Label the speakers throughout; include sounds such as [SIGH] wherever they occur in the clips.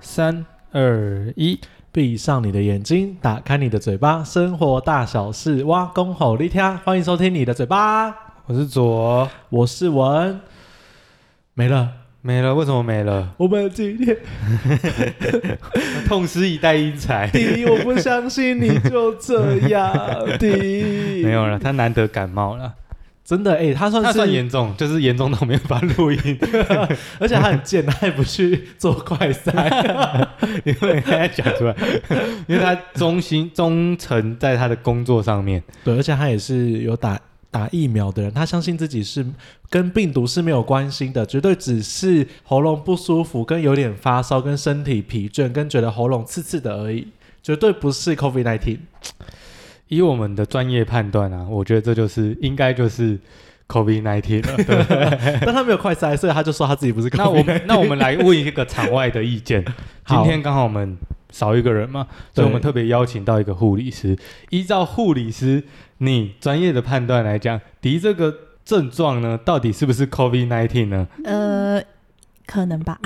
Speaker 1: 三二一，
Speaker 2: 闭上你的眼睛，打开你的嘴巴，生活大小事，挖公吼力听，欢迎收听你的嘴巴，
Speaker 1: 我是左，
Speaker 2: 我是文，没了，
Speaker 1: 没了，为什么没了？
Speaker 2: 我们今天
Speaker 1: 痛失一代英才，
Speaker 2: 第一，我不相信你就这样，第一，
Speaker 1: [LAUGHS] [LAUGHS] 没有了，他难得感冒了，
Speaker 2: 真的哎、欸他算
Speaker 1: 他
Speaker 2: 是
Speaker 1: 算严重，就是严重到没有办法 [LAUGHS] 录音，
Speaker 2: [LAUGHS] 而且他很贱，他也不去做快塞，
Speaker 1: 因为他讲出来，因为他忠心忠诚在他的工作上面，
Speaker 2: 对，而且他也是有打打疫苗的人，他相信自己是跟病毒是没有关系的，绝对只是喉咙不舒服，跟有点发烧，跟身体疲倦，跟觉得喉咙刺刺的而已，绝对不是 COVID [LAUGHS] nineteen。
Speaker 1: 以我们的专业判断啊，我觉得这就是应该就是 COVID nineteen 了。对
Speaker 2: 但他没有快塞，所以他就说他自己不是 COVID。
Speaker 1: 那我们那我们来问一个场外的意见。
Speaker 2: [LAUGHS]
Speaker 1: 今
Speaker 2: 好
Speaker 1: 天刚好我们少一个人嘛，所以我们
Speaker 2: 对
Speaker 1: 特别邀请到一个护理师。依照护理师你专业的判断来讲，迪这个症状呢，到底是不是 COVID nineteen 呢？
Speaker 3: 呃，可能
Speaker 1: 嗯
Speaker 3: 吧。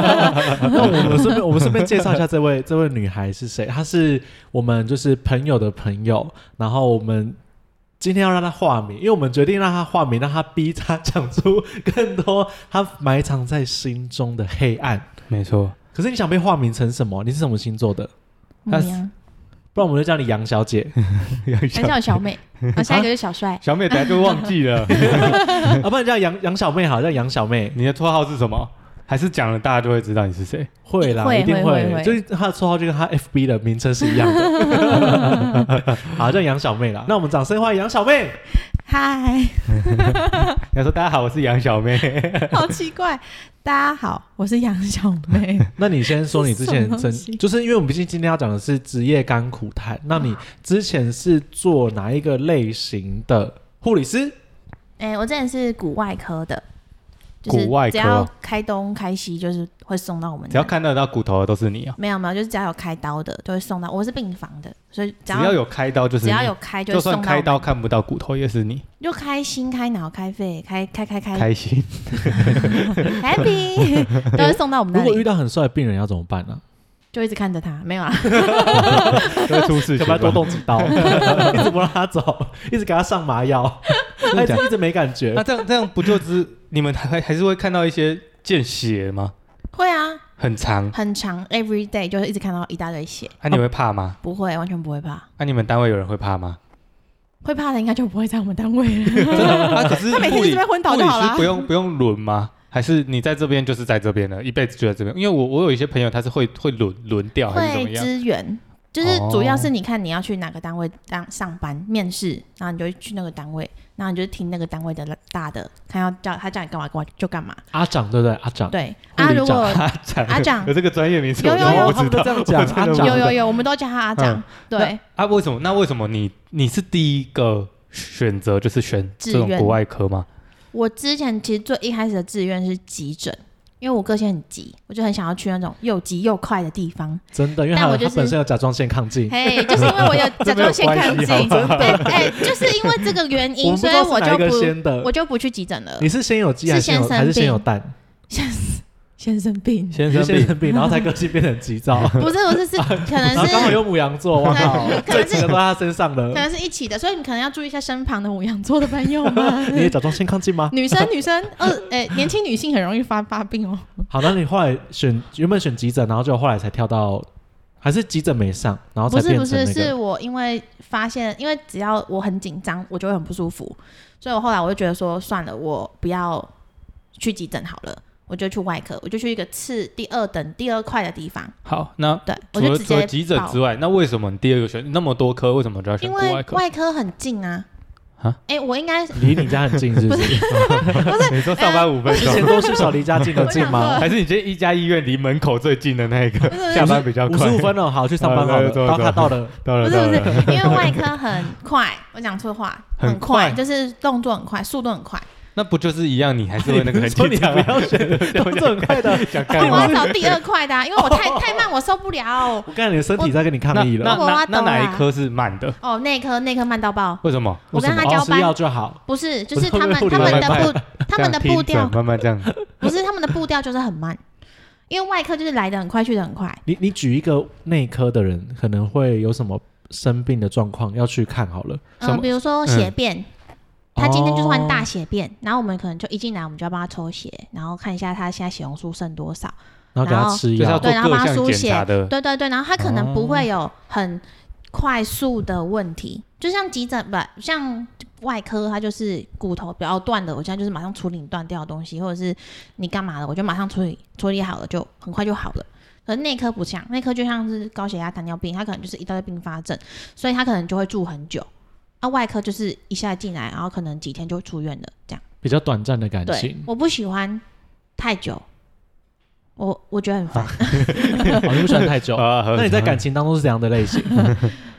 Speaker 2: 那我 [LAUGHS] 们顺便我们顺便介绍一下这位这位女孩是谁？她是我们就是朋友的朋友，然后我们。今天要让她化名，因为我们决定让她化名，让她逼她 [LAUGHS] 讲出更多她埋藏在心中的黑暗。
Speaker 1: 没 [LAUGHS] 错，
Speaker 2: 可是你想被化名成什么？你是什么星座的？
Speaker 3: 母
Speaker 1: 他是
Speaker 3: 羊，
Speaker 2: 不然我们就叫你杨小姐
Speaker 3: 很像小
Speaker 1: [LAUGHS]
Speaker 3: 美，啊，下一个是小帅，
Speaker 1: 小美等下就忘记
Speaker 2: [LAUGHS]
Speaker 1: 了
Speaker 2: 啊，不然叫杨杨小妹好，叫杨小妹
Speaker 1: 你的绰号是什么，还是讲了大家就会知道你是谁？
Speaker 2: 会啦，
Speaker 3: 会
Speaker 2: 一定
Speaker 3: 会会
Speaker 2: 就是她的绰号就跟她 FB 的名称是一样的。
Speaker 3: [LAUGHS]
Speaker 2: 好，叫杨小妹啦。那我们掌声欢迎杨小妹。
Speaker 3: [LAUGHS] 嗨，
Speaker 1: 你要说大家好，我是杨小妹。 [LAUGHS]
Speaker 3: 好奇怪。大家好，我是杨小妹。
Speaker 2: 那你先说你之前
Speaker 3: 这是什
Speaker 2: 真
Speaker 3: 么东西
Speaker 2: 就是因为我们毕竟今天要讲的是职业甘苦谈，那你之前是做哪一个类型的护理师？
Speaker 3: [LAUGHS] 哎、我之前是骨外科的，就是
Speaker 1: 骨外科
Speaker 3: 只要开东开西，就是会送到我们
Speaker 1: 只
Speaker 3: 那
Speaker 1: 要。看得到骨头的都是你啊，
Speaker 3: 没有没有，就是只要有开刀的都会送到。我是病房的，所以只
Speaker 1: 只
Speaker 3: 要
Speaker 1: 要有开刀就是
Speaker 3: 只
Speaker 1: 你
Speaker 3: 要有开就
Speaker 1: 就
Speaker 3: 会送
Speaker 1: 算
Speaker 3: 到我们。
Speaker 1: 开刀看不到骨头也是你，
Speaker 3: 就开心、开脑、开肺、开开开开
Speaker 1: 开心。
Speaker 3: [LAUGHS]
Speaker 1: [LAUGHS]
Speaker 3: happy，都会送到我们
Speaker 2: 如
Speaker 3: 那
Speaker 2: 果遇
Speaker 3: 里，
Speaker 2: 到很帅的病人要怎么办啊呢、
Speaker 3: 就一直看着他。没有啊，
Speaker 1: 会出事
Speaker 2: 可 [LAUGHS] 不可
Speaker 1: 情吧，
Speaker 2: 以多动几
Speaker 3: [LAUGHS]
Speaker 2: 刀？一直不让他走，一直给他上麻药，他一直一直没感觉
Speaker 1: [LAUGHS] 那。这样这样不就是你们还还是会看到一些见血吗？
Speaker 3: 会啊，
Speaker 1: 很长，
Speaker 3: 很长，every day 就是一直看到一大堆血，
Speaker 1: 那、你会怕吗？啊
Speaker 3: 不会，完全不会怕。
Speaker 1: 那、你们单位有人会怕
Speaker 3: [LAUGHS]
Speaker 1: 吗？
Speaker 3: 会怕的应该就不会在我们单位
Speaker 1: [LAUGHS]
Speaker 3: 了。
Speaker 1: 真的吗？啊、可是
Speaker 3: 他每
Speaker 1: 护
Speaker 3: 天就
Speaker 1: 理
Speaker 3: 这边昏倒就好
Speaker 1: 护理师
Speaker 3: 啦
Speaker 1: 不。用不用轮吗？还是你在这边就是在这边了，一辈子就在这边？因为我我有一些朋友他是会会轮轮掉啊还是怎么 [LAUGHS]
Speaker 3: 会
Speaker 1: 样？
Speaker 3: 支援，就是主要是
Speaker 1: 哦
Speaker 3: 你看你要去哪个单位当上班面试，然后你就去那个单位，然后你就听那个单位的大的，他要叫他叫你干嘛干嘛就干嘛。
Speaker 2: 阿长对不对？阿长，
Speaker 3: 对
Speaker 2: 护
Speaker 3: 啊，
Speaker 2: 理
Speaker 3: 如
Speaker 2: 长 [LAUGHS]
Speaker 3: 果
Speaker 1: 阿长
Speaker 3: 阿长
Speaker 1: 有这个专业名词，
Speaker 3: 有
Speaker 1: 我真的不
Speaker 3: 有有
Speaker 1: 知道
Speaker 2: 他们都这样讲
Speaker 1: 我真的不
Speaker 2: 阿长
Speaker 3: 有有有，我们都叫他阿长
Speaker 1: 嗯。
Speaker 3: 对，
Speaker 1: 啊？为什么？那为什么你你是第一个选择就是选这种
Speaker 3: 志愿
Speaker 1: 国外科吗？
Speaker 3: 我之前其实最一开始的志愿是急诊。因为我个性很急，我就很想要去那种又急又快的地
Speaker 1: [LAUGHS]
Speaker 3: 方。
Speaker 2: 真的，因为
Speaker 3: 但
Speaker 2: 他
Speaker 3: 我
Speaker 2: 有
Speaker 3: 就
Speaker 2: 他
Speaker 3: 是
Speaker 2: 本身有甲状腺亢进，
Speaker 3: 嘿就是因为我
Speaker 2: [LAUGHS]
Speaker 3: 有甲状腺亢
Speaker 1: 这没有
Speaker 3: 进，哎哎，就是因为这个
Speaker 2: [LAUGHS]
Speaker 3: 原
Speaker 2: 我
Speaker 3: 因，
Speaker 2: 们不
Speaker 3: 所
Speaker 2: 知
Speaker 3: 以
Speaker 2: 道
Speaker 3: 我
Speaker 2: 是哪
Speaker 3: 就
Speaker 2: 一个
Speaker 3: 不
Speaker 2: 先的
Speaker 3: 我。就不去急诊了
Speaker 2: 呃你。是先有鸡还是先有
Speaker 3: 是先生
Speaker 2: 还是先
Speaker 3: 病
Speaker 2: 有蛋？
Speaker 3: 先先生病，
Speaker 1: 先
Speaker 2: 你
Speaker 1: 生
Speaker 2: 是先
Speaker 1: 病，
Speaker 2: 生病，然后才个性变得很急躁，
Speaker 3: 不是不是
Speaker 2: [LAUGHS]
Speaker 3: 是可
Speaker 2: 然
Speaker 3: 能
Speaker 2: 后
Speaker 3: 是
Speaker 2: 刚好有母羊座，我靠，最
Speaker 3: 可能是
Speaker 2: 急的都在他身上
Speaker 3: 可
Speaker 2: 了。
Speaker 3: 能是一起的，所以你可能要注意一下身旁的母羊座的朋友
Speaker 2: [LAUGHS]
Speaker 3: 们。
Speaker 2: 你也甲状腺亢进吗？
Speaker 3: 女生女生二哎、年轻女性很容易发发
Speaker 2: [LAUGHS]
Speaker 3: 病哦。
Speaker 2: 好，那你后来选原本选急诊，然后就后来才跳到，还是急诊没上，然后
Speaker 3: 不
Speaker 2: 才
Speaker 3: 是
Speaker 2: 变
Speaker 3: 不
Speaker 2: 成
Speaker 3: 是，
Speaker 2: 那
Speaker 3: 是
Speaker 2: 个。
Speaker 3: 我因为发现，因为只要我很紧张，我就会很不舒服，所以我后来我就觉得说算了，我不要去急诊好了，我就去外科，我就去一个次第二等第二块的地方，
Speaker 1: 好，那
Speaker 3: 对
Speaker 1: 除
Speaker 3: 我就
Speaker 1: 了
Speaker 3: 直
Speaker 1: 除了
Speaker 3: 接
Speaker 1: 急诊
Speaker 3: 报
Speaker 1: 之外，那为什么你第二个选那么多科？为什么就要选
Speaker 3: 因
Speaker 1: 国
Speaker 3: 为
Speaker 1: 外科？
Speaker 3: 外科很近啊。
Speaker 1: 啊
Speaker 3: 哎、我应该
Speaker 2: 离你家很近，是不是？
Speaker 3: [LAUGHS]
Speaker 1: [LAUGHS] 你说上班五分
Speaker 2: 之前都是少离家近的近吗？
Speaker 1: 还是你觉得一家医院离门口最近的那一个 [LAUGHS]
Speaker 3: 是
Speaker 1: 下班比较
Speaker 2: 五
Speaker 1: 快
Speaker 2: 十？五分了，好，去上班好了。
Speaker 1: 啊对对
Speaker 2: 然后他
Speaker 1: 对
Speaker 2: 到了，
Speaker 1: 到
Speaker 3: 不
Speaker 1: 了
Speaker 3: 是
Speaker 1: 到
Speaker 3: 不是
Speaker 1: 了，，
Speaker 3: 因为外科很快，我讲错话，
Speaker 1: 很
Speaker 3: 很快，
Speaker 1: 快
Speaker 3: 就是动作很快，速度很快，
Speaker 1: 那不就是一样？你还是会那个很
Speaker 2: 说
Speaker 1: 紧
Speaker 2: 你
Speaker 1: 张
Speaker 2: 不
Speaker 1: 啊，
Speaker 2: 要选的动作很快的，
Speaker 1: 讲
Speaker 3: 哎
Speaker 1: 干
Speaker 3: 我
Speaker 1: 话
Speaker 3: 要。找第二块的啊，
Speaker 1: [LAUGHS]
Speaker 3: 因为我太太慢，我受不了。
Speaker 2: 我看你的身体在跟你
Speaker 1: 那
Speaker 2: 抗议
Speaker 1: 那
Speaker 2: 了。
Speaker 3: 我
Speaker 1: 那
Speaker 3: 挖
Speaker 1: 那
Speaker 3: 洞
Speaker 1: 哪
Speaker 3: 啊
Speaker 1: 一颗是满的？
Speaker 3: 哦，那一颗那颗慢到爆，
Speaker 1: 为什么？哦
Speaker 3: 我跟他交
Speaker 2: 吃哦药
Speaker 3: 班，
Speaker 2: 就好，
Speaker 3: 不是，就
Speaker 2: 我
Speaker 3: 是
Speaker 2: 是
Speaker 3: 他们
Speaker 2: 会
Speaker 3: 他
Speaker 1: 不会
Speaker 3: 们
Speaker 1: 慢
Speaker 3: 的
Speaker 1: 慢
Speaker 3: 步 [LAUGHS] 他们的
Speaker 1: 这样
Speaker 3: 步
Speaker 1: 听诊
Speaker 3: 调
Speaker 1: 慢慢这样。
Speaker 3: 不是他们的步调就是很慢，因为外科就是来的很快，去的很快。
Speaker 2: 你你举一个内科的人可能会有什么生病的状况要去看好了，
Speaker 1: 什
Speaker 3: 嗯，
Speaker 1: 么哦
Speaker 3: 比如说血便，他今天就是换大血便，然后我们可能就一进来，我们就要帮他抽血，然后看一下他现在血红素剩多少。
Speaker 2: 然后给
Speaker 3: 然
Speaker 2: 他
Speaker 3: 后
Speaker 2: 吃
Speaker 1: 就是要
Speaker 2: 药，
Speaker 1: 做
Speaker 3: 对然后
Speaker 1: 各
Speaker 3: 帮他
Speaker 1: 项
Speaker 3: 输
Speaker 1: 检查
Speaker 3: 血
Speaker 1: 的，
Speaker 3: 对对对，然后他可能不
Speaker 2: 哦
Speaker 3: 会有很快速的问题，就像急诊不像外科，它就是骨头比较断的，我现在就是马上处理你断掉的东西，或者是你干嘛的，我就马上处理处理好了，就很快就好了。可是内科不像，内科就像是高血压、糖尿病，它可能就是一大堆并发症，所以它可能就会住很久。啊，外科就是一下进来，然后可能几天就出院了，这样。
Speaker 2: 比较短暂的感
Speaker 3: 对
Speaker 2: 情，，
Speaker 3: 我不喜欢太久，我我觉得 [LAUGHS] 很烦。
Speaker 2: 哦你不喜欢太
Speaker 1: [LAUGHS]
Speaker 2: 久。
Speaker 1: 啊
Speaker 2: 那你在感情当中是怎样的类型？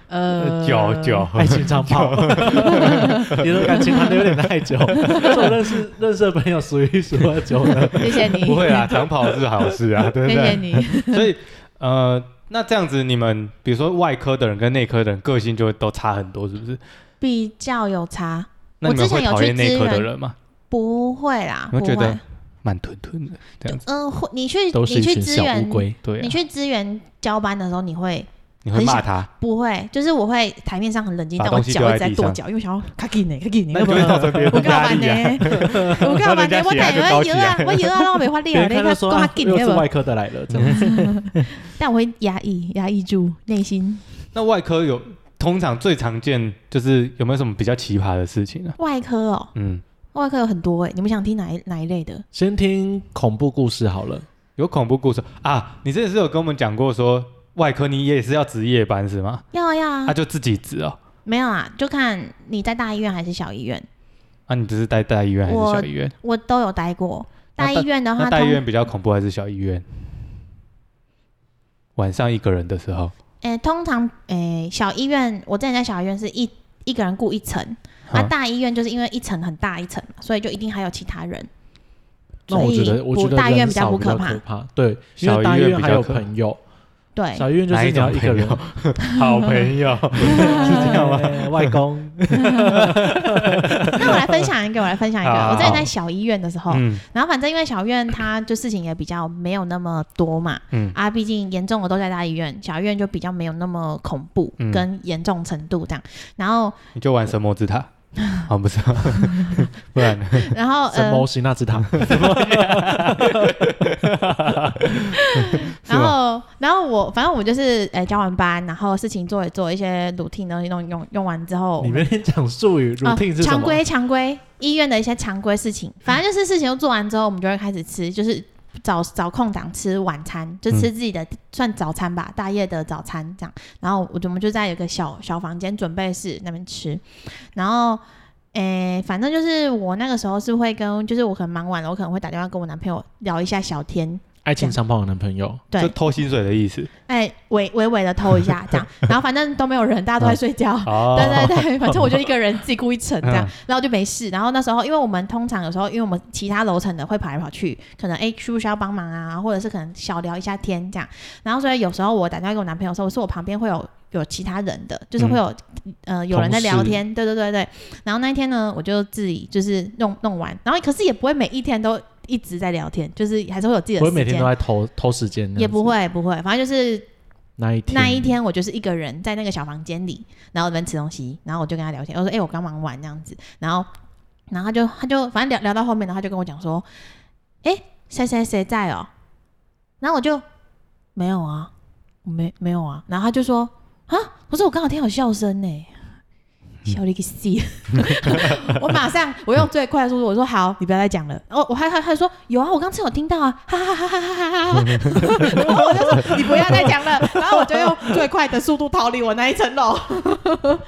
Speaker 3: 呃，
Speaker 1: 久久
Speaker 2: [LAUGHS] 爱情长跑，你的感情谈的有点太久，这我认识认识的朋友数一数二久的。
Speaker 3: 谢谢
Speaker 1: [LAUGHS]
Speaker 3: 你，
Speaker 1: 不会啦，长跑是好事啊，对不
Speaker 3: 谢
Speaker 1: 对？
Speaker 3: 谢你。
Speaker 1: [LAUGHS] 所以呃，那这样子你们比如说外科的人跟内科的人个性就会都差很多，是不是？
Speaker 3: 比较有差，
Speaker 1: 那你
Speaker 3: 我
Speaker 1: 们
Speaker 3: 之
Speaker 1: 会
Speaker 3: 前有
Speaker 1: 讨
Speaker 3: 去
Speaker 1: 厌内
Speaker 3: 支
Speaker 1: 科的
Speaker 3: 援
Speaker 1: 人吗？
Speaker 3: 不会啦，
Speaker 1: 你
Speaker 3: 不
Speaker 1: 会觉得
Speaker 3: 会。
Speaker 1: 慢吞吞的这样子？
Speaker 3: 嗯，会你
Speaker 2: [LAUGHS]
Speaker 3: 去
Speaker 2: 都是
Speaker 3: 你
Speaker 2: 一
Speaker 3: 去
Speaker 2: 群
Speaker 3: 支
Speaker 2: 小乌
Speaker 3: 援，
Speaker 2: 龟。
Speaker 1: 对
Speaker 3: 你
Speaker 1: 啊，
Speaker 3: 去支援交班的时候，你会
Speaker 1: 你会
Speaker 3: 很
Speaker 1: 骂
Speaker 3: 想
Speaker 1: 他，
Speaker 3: 不会？就是我会台面上很冷静，
Speaker 1: 把
Speaker 3: 但我
Speaker 1: 东西
Speaker 3: 脚
Speaker 1: 丢在
Speaker 3: 一直在
Speaker 1: 地
Speaker 3: 跺
Speaker 1: 上
Speaker 3: 脚，因为想要卡紧呢，卡紧呢
Speaker 1: 那，你就会造成别人
Speaker 3: 我
Speaker 1: 的压
Speaker 3: 干嘛
Speaker 1: 力啊。
Speaker 3: 呢？ [LAUGHS] 我干嘛
Speaker 1: 人家
Speaker 3: 呢？我
Speaker 1: 血压
Speaker 3: 等
Speaker 1: 就
Speaker 3: 下
Speaker 1: 高
Speaker 3: 摇
Speaker 1: 起
Speaker 3: 啊，我摇啊，我没法
Speaker 2: 别
Speaker 3: 练
Speaker 2: 人
Speaker 3: 啊，你
Speaker 2: 看到
Speaker 3: 看
Speaker 2: 说
Speaker 3: 卡
Speaker 2: 啊
Speaker 3: 紧
Speaker 2: 又
Speaker 3: 呢
Speaker 2: 是
Speaker 3: 不
Speaker 2: 外？科的来了，这样子。
Speaker 3: 但我会压抑，压抑住内心。
Speaker 1: 那外科有通常最常见就是有没有什么比较奇葩的事情呢、啊？
Speaker 3: 外科哦，
Speaker 1: 嗯，
Speaker 3: 外科有很多哎，你们想听哪一哪一类的？
Speaker 2: 先听恐怖故事好了，
Speaker 1: 有恐怖故事啊？你之前是有跟我们讲过说外科你也是要值夜班是吗？
Speaker 3: 要啊要
Speaker 1: 他、
Speaker 3: 啊，
Speaker 1: 就自己值哦。
Speaker 3: 没有啊，就看你在大医院还是小医院。
Speaker 1: 啊，你只是待大医院还是
Speaker 3: 我
Speaker 1: 小医院？
Speaker 3: 我都有待过。
Speaker 1: 那
Speaker 3: 大医院的
Speaker 1: 啊那
Speaker 3: 话，
Speaker 1: 大医
Speaker 3: 通
Speaker 1: 院比较恐怖还是小医院？晚上一个人的时候，
Speaker 3: 诶、通常诶、小医院，我之前在小医院是一一个人雇一层，啊，
Speaker 1: 啊
Speaker 3: 大医院就是因为一层很大一层嘛，所以就一定还有其他人。
Speaker 2: 那我觉得我觉
Speaker 3: 不
Speaker 2: 得
Speaker 3: 大医院
Speaker 2: 人
Speaker 3: 比较
Speaker 2: 少
Speaker 3: 不
Speaker 2: 比较
Speaker 3: 可怕
Speaker 2: 可怕，对，因
Speaker 1: 小
Speaker 2: 为
Speaker 1: 医
Speaker 2: 大医
Speaker 1: 院
Speaker 2: 院
Speaker 1: 比
Speaker 2: 还
Speaker 1: 较
Speaker 2: 有
Speaker 1: 可
Speaker 2: 朋友，
Speaker 3: 对，
Speaker 2: 小医院就
Speaker 1: 哪
Speaker 2: 是
Speaker 1: 一
Speaker 2: 你要
Speaker 1: 种
Speaker 2: 一个
Speaker 1: 朋
Speaker 2: 人
Speaker 1: 友，好朋
Speaker 3: [LAUGHS]
Speaker 1: 友
Speaker 2: [LAUGHS] 是这样
Speaker 3: 哎
Speaker 2: 吗？外公，
Speaker 3: 那我来分享一个，我来分享一个。
Speaker 1: 好好
Speaker 3: 我之前在
Speaker 1: 好
Speaker 3: 小医院的时候，
Speaker 1: 嗯
Speaker 3: 然后反正因为小医院它就事情也比较没有那么多嘛，
Speaker 1: 嗯
Speaker 3: 啊，毕竟严重的都在大医院，小医院就比较没有那么恐怖
Speaker 1: 嗯
Speaker 3: 跟严重程度这样。然后，
Speaker 1: 你就玩神魔之塔，
Speaker 3: [LAUGHS]
Speaker 1: 啊、不是， [LAUGHS] 不然呢
Speaker 3: 然后
Speaker 2: 神
Speaker 3: 呃，
Speaker 2: 魔希纳之塔，
Speaker 1: 是
Speaker 3: 然
Speaker 1: 吗
Speaker 3: 后，然后我反正我就是诶、交完班，然后事情做一做，一些 routine 东西弄用用完之后，
Speaker 2: 你那天讲术语
Speaker 3: 啊
Speaker 2: routine 是什
Speaker 3: 常
Speaker 2: 么？
Speaker 3: 规常规医院的一些常规事情，反正就是事情都做完之后，我们就会开始吃，就是找找空档吃晚餐，就
Speaker 2: 嗯
Speaker 3: 吃自己的、算早餐吧，大夜的早餐这样。然后我我们就在有个小小房间准备室那边吃，然后。诶、反正就是我那个时候是会跟，就是我可能忙完了，我可能会打电话跟我男朋友聊一下小天，
Speaker 2: 爱情长跑的男朋友，
Speaker 3: 对
Speaker 1: 就偷薪水的意思。
Speaker 3: 哎，微微微的偷
Speaker 2: [LAUGHS]
Speaker 3: 一下这样，然后反正都没有人，大
Speaker 2: 啊
Speaker 3: 家都在睡觉。
Speaker 1: 哦
Speaker 3: [LAUGHS] 对对对，反正我就一个人自己故意沉这样
Speaker 1: 嗯，
Speaker 3: 然后就没事。然后那时候，因为我们通常有时候，因为我们其他楼层的会跑来跑去，可能哎需不需要帮忙啊，或者是可能小聊一下天这样。然后所以有时候我打电话给我男朋友的时候，是我旁边会有有其他人的，就是会有、
Speaker 2: 嗯
Speaker 3: 呃有人在聊天，对对对对。然后那一天呢，我就自己就是弄弄完，然后可是也不会每一天都一直在聊天，就是还是会有自己
Speaker 2: 不会
Speaker 3: 的时
Speaker 2: 每天
Speaker 3: 间
Speaker 2: 都，在偷偷时间，
Speaker 3: 也不。会不会，反正就是
Speaker 2: 那一天，
Speaker 3: 那一天我就是一个人在那个小房间里，然后在那边吃东西，然后我就跟他聊天，我说：“哎、我刚忙完这样子。”然后，然后他就他就反正聊聊到后面，然后他就跟我讲说：“哎、谁谁谁在哦？”然后我就没有啊，我没没有啊。然后他就说：“啊，不是我刚好听到有笑声呢、笑了一个屁！ [LAUGHS] 我马上我用最快的速度我说好，你不要再讲了。哦，我还还还说有啊，我刚才有听到啊，哈哈哈哈哈哈哈哈！然后我就说你不要再讲了，然后我就用最快的速度逃离我那一层楼， [LAUGHS]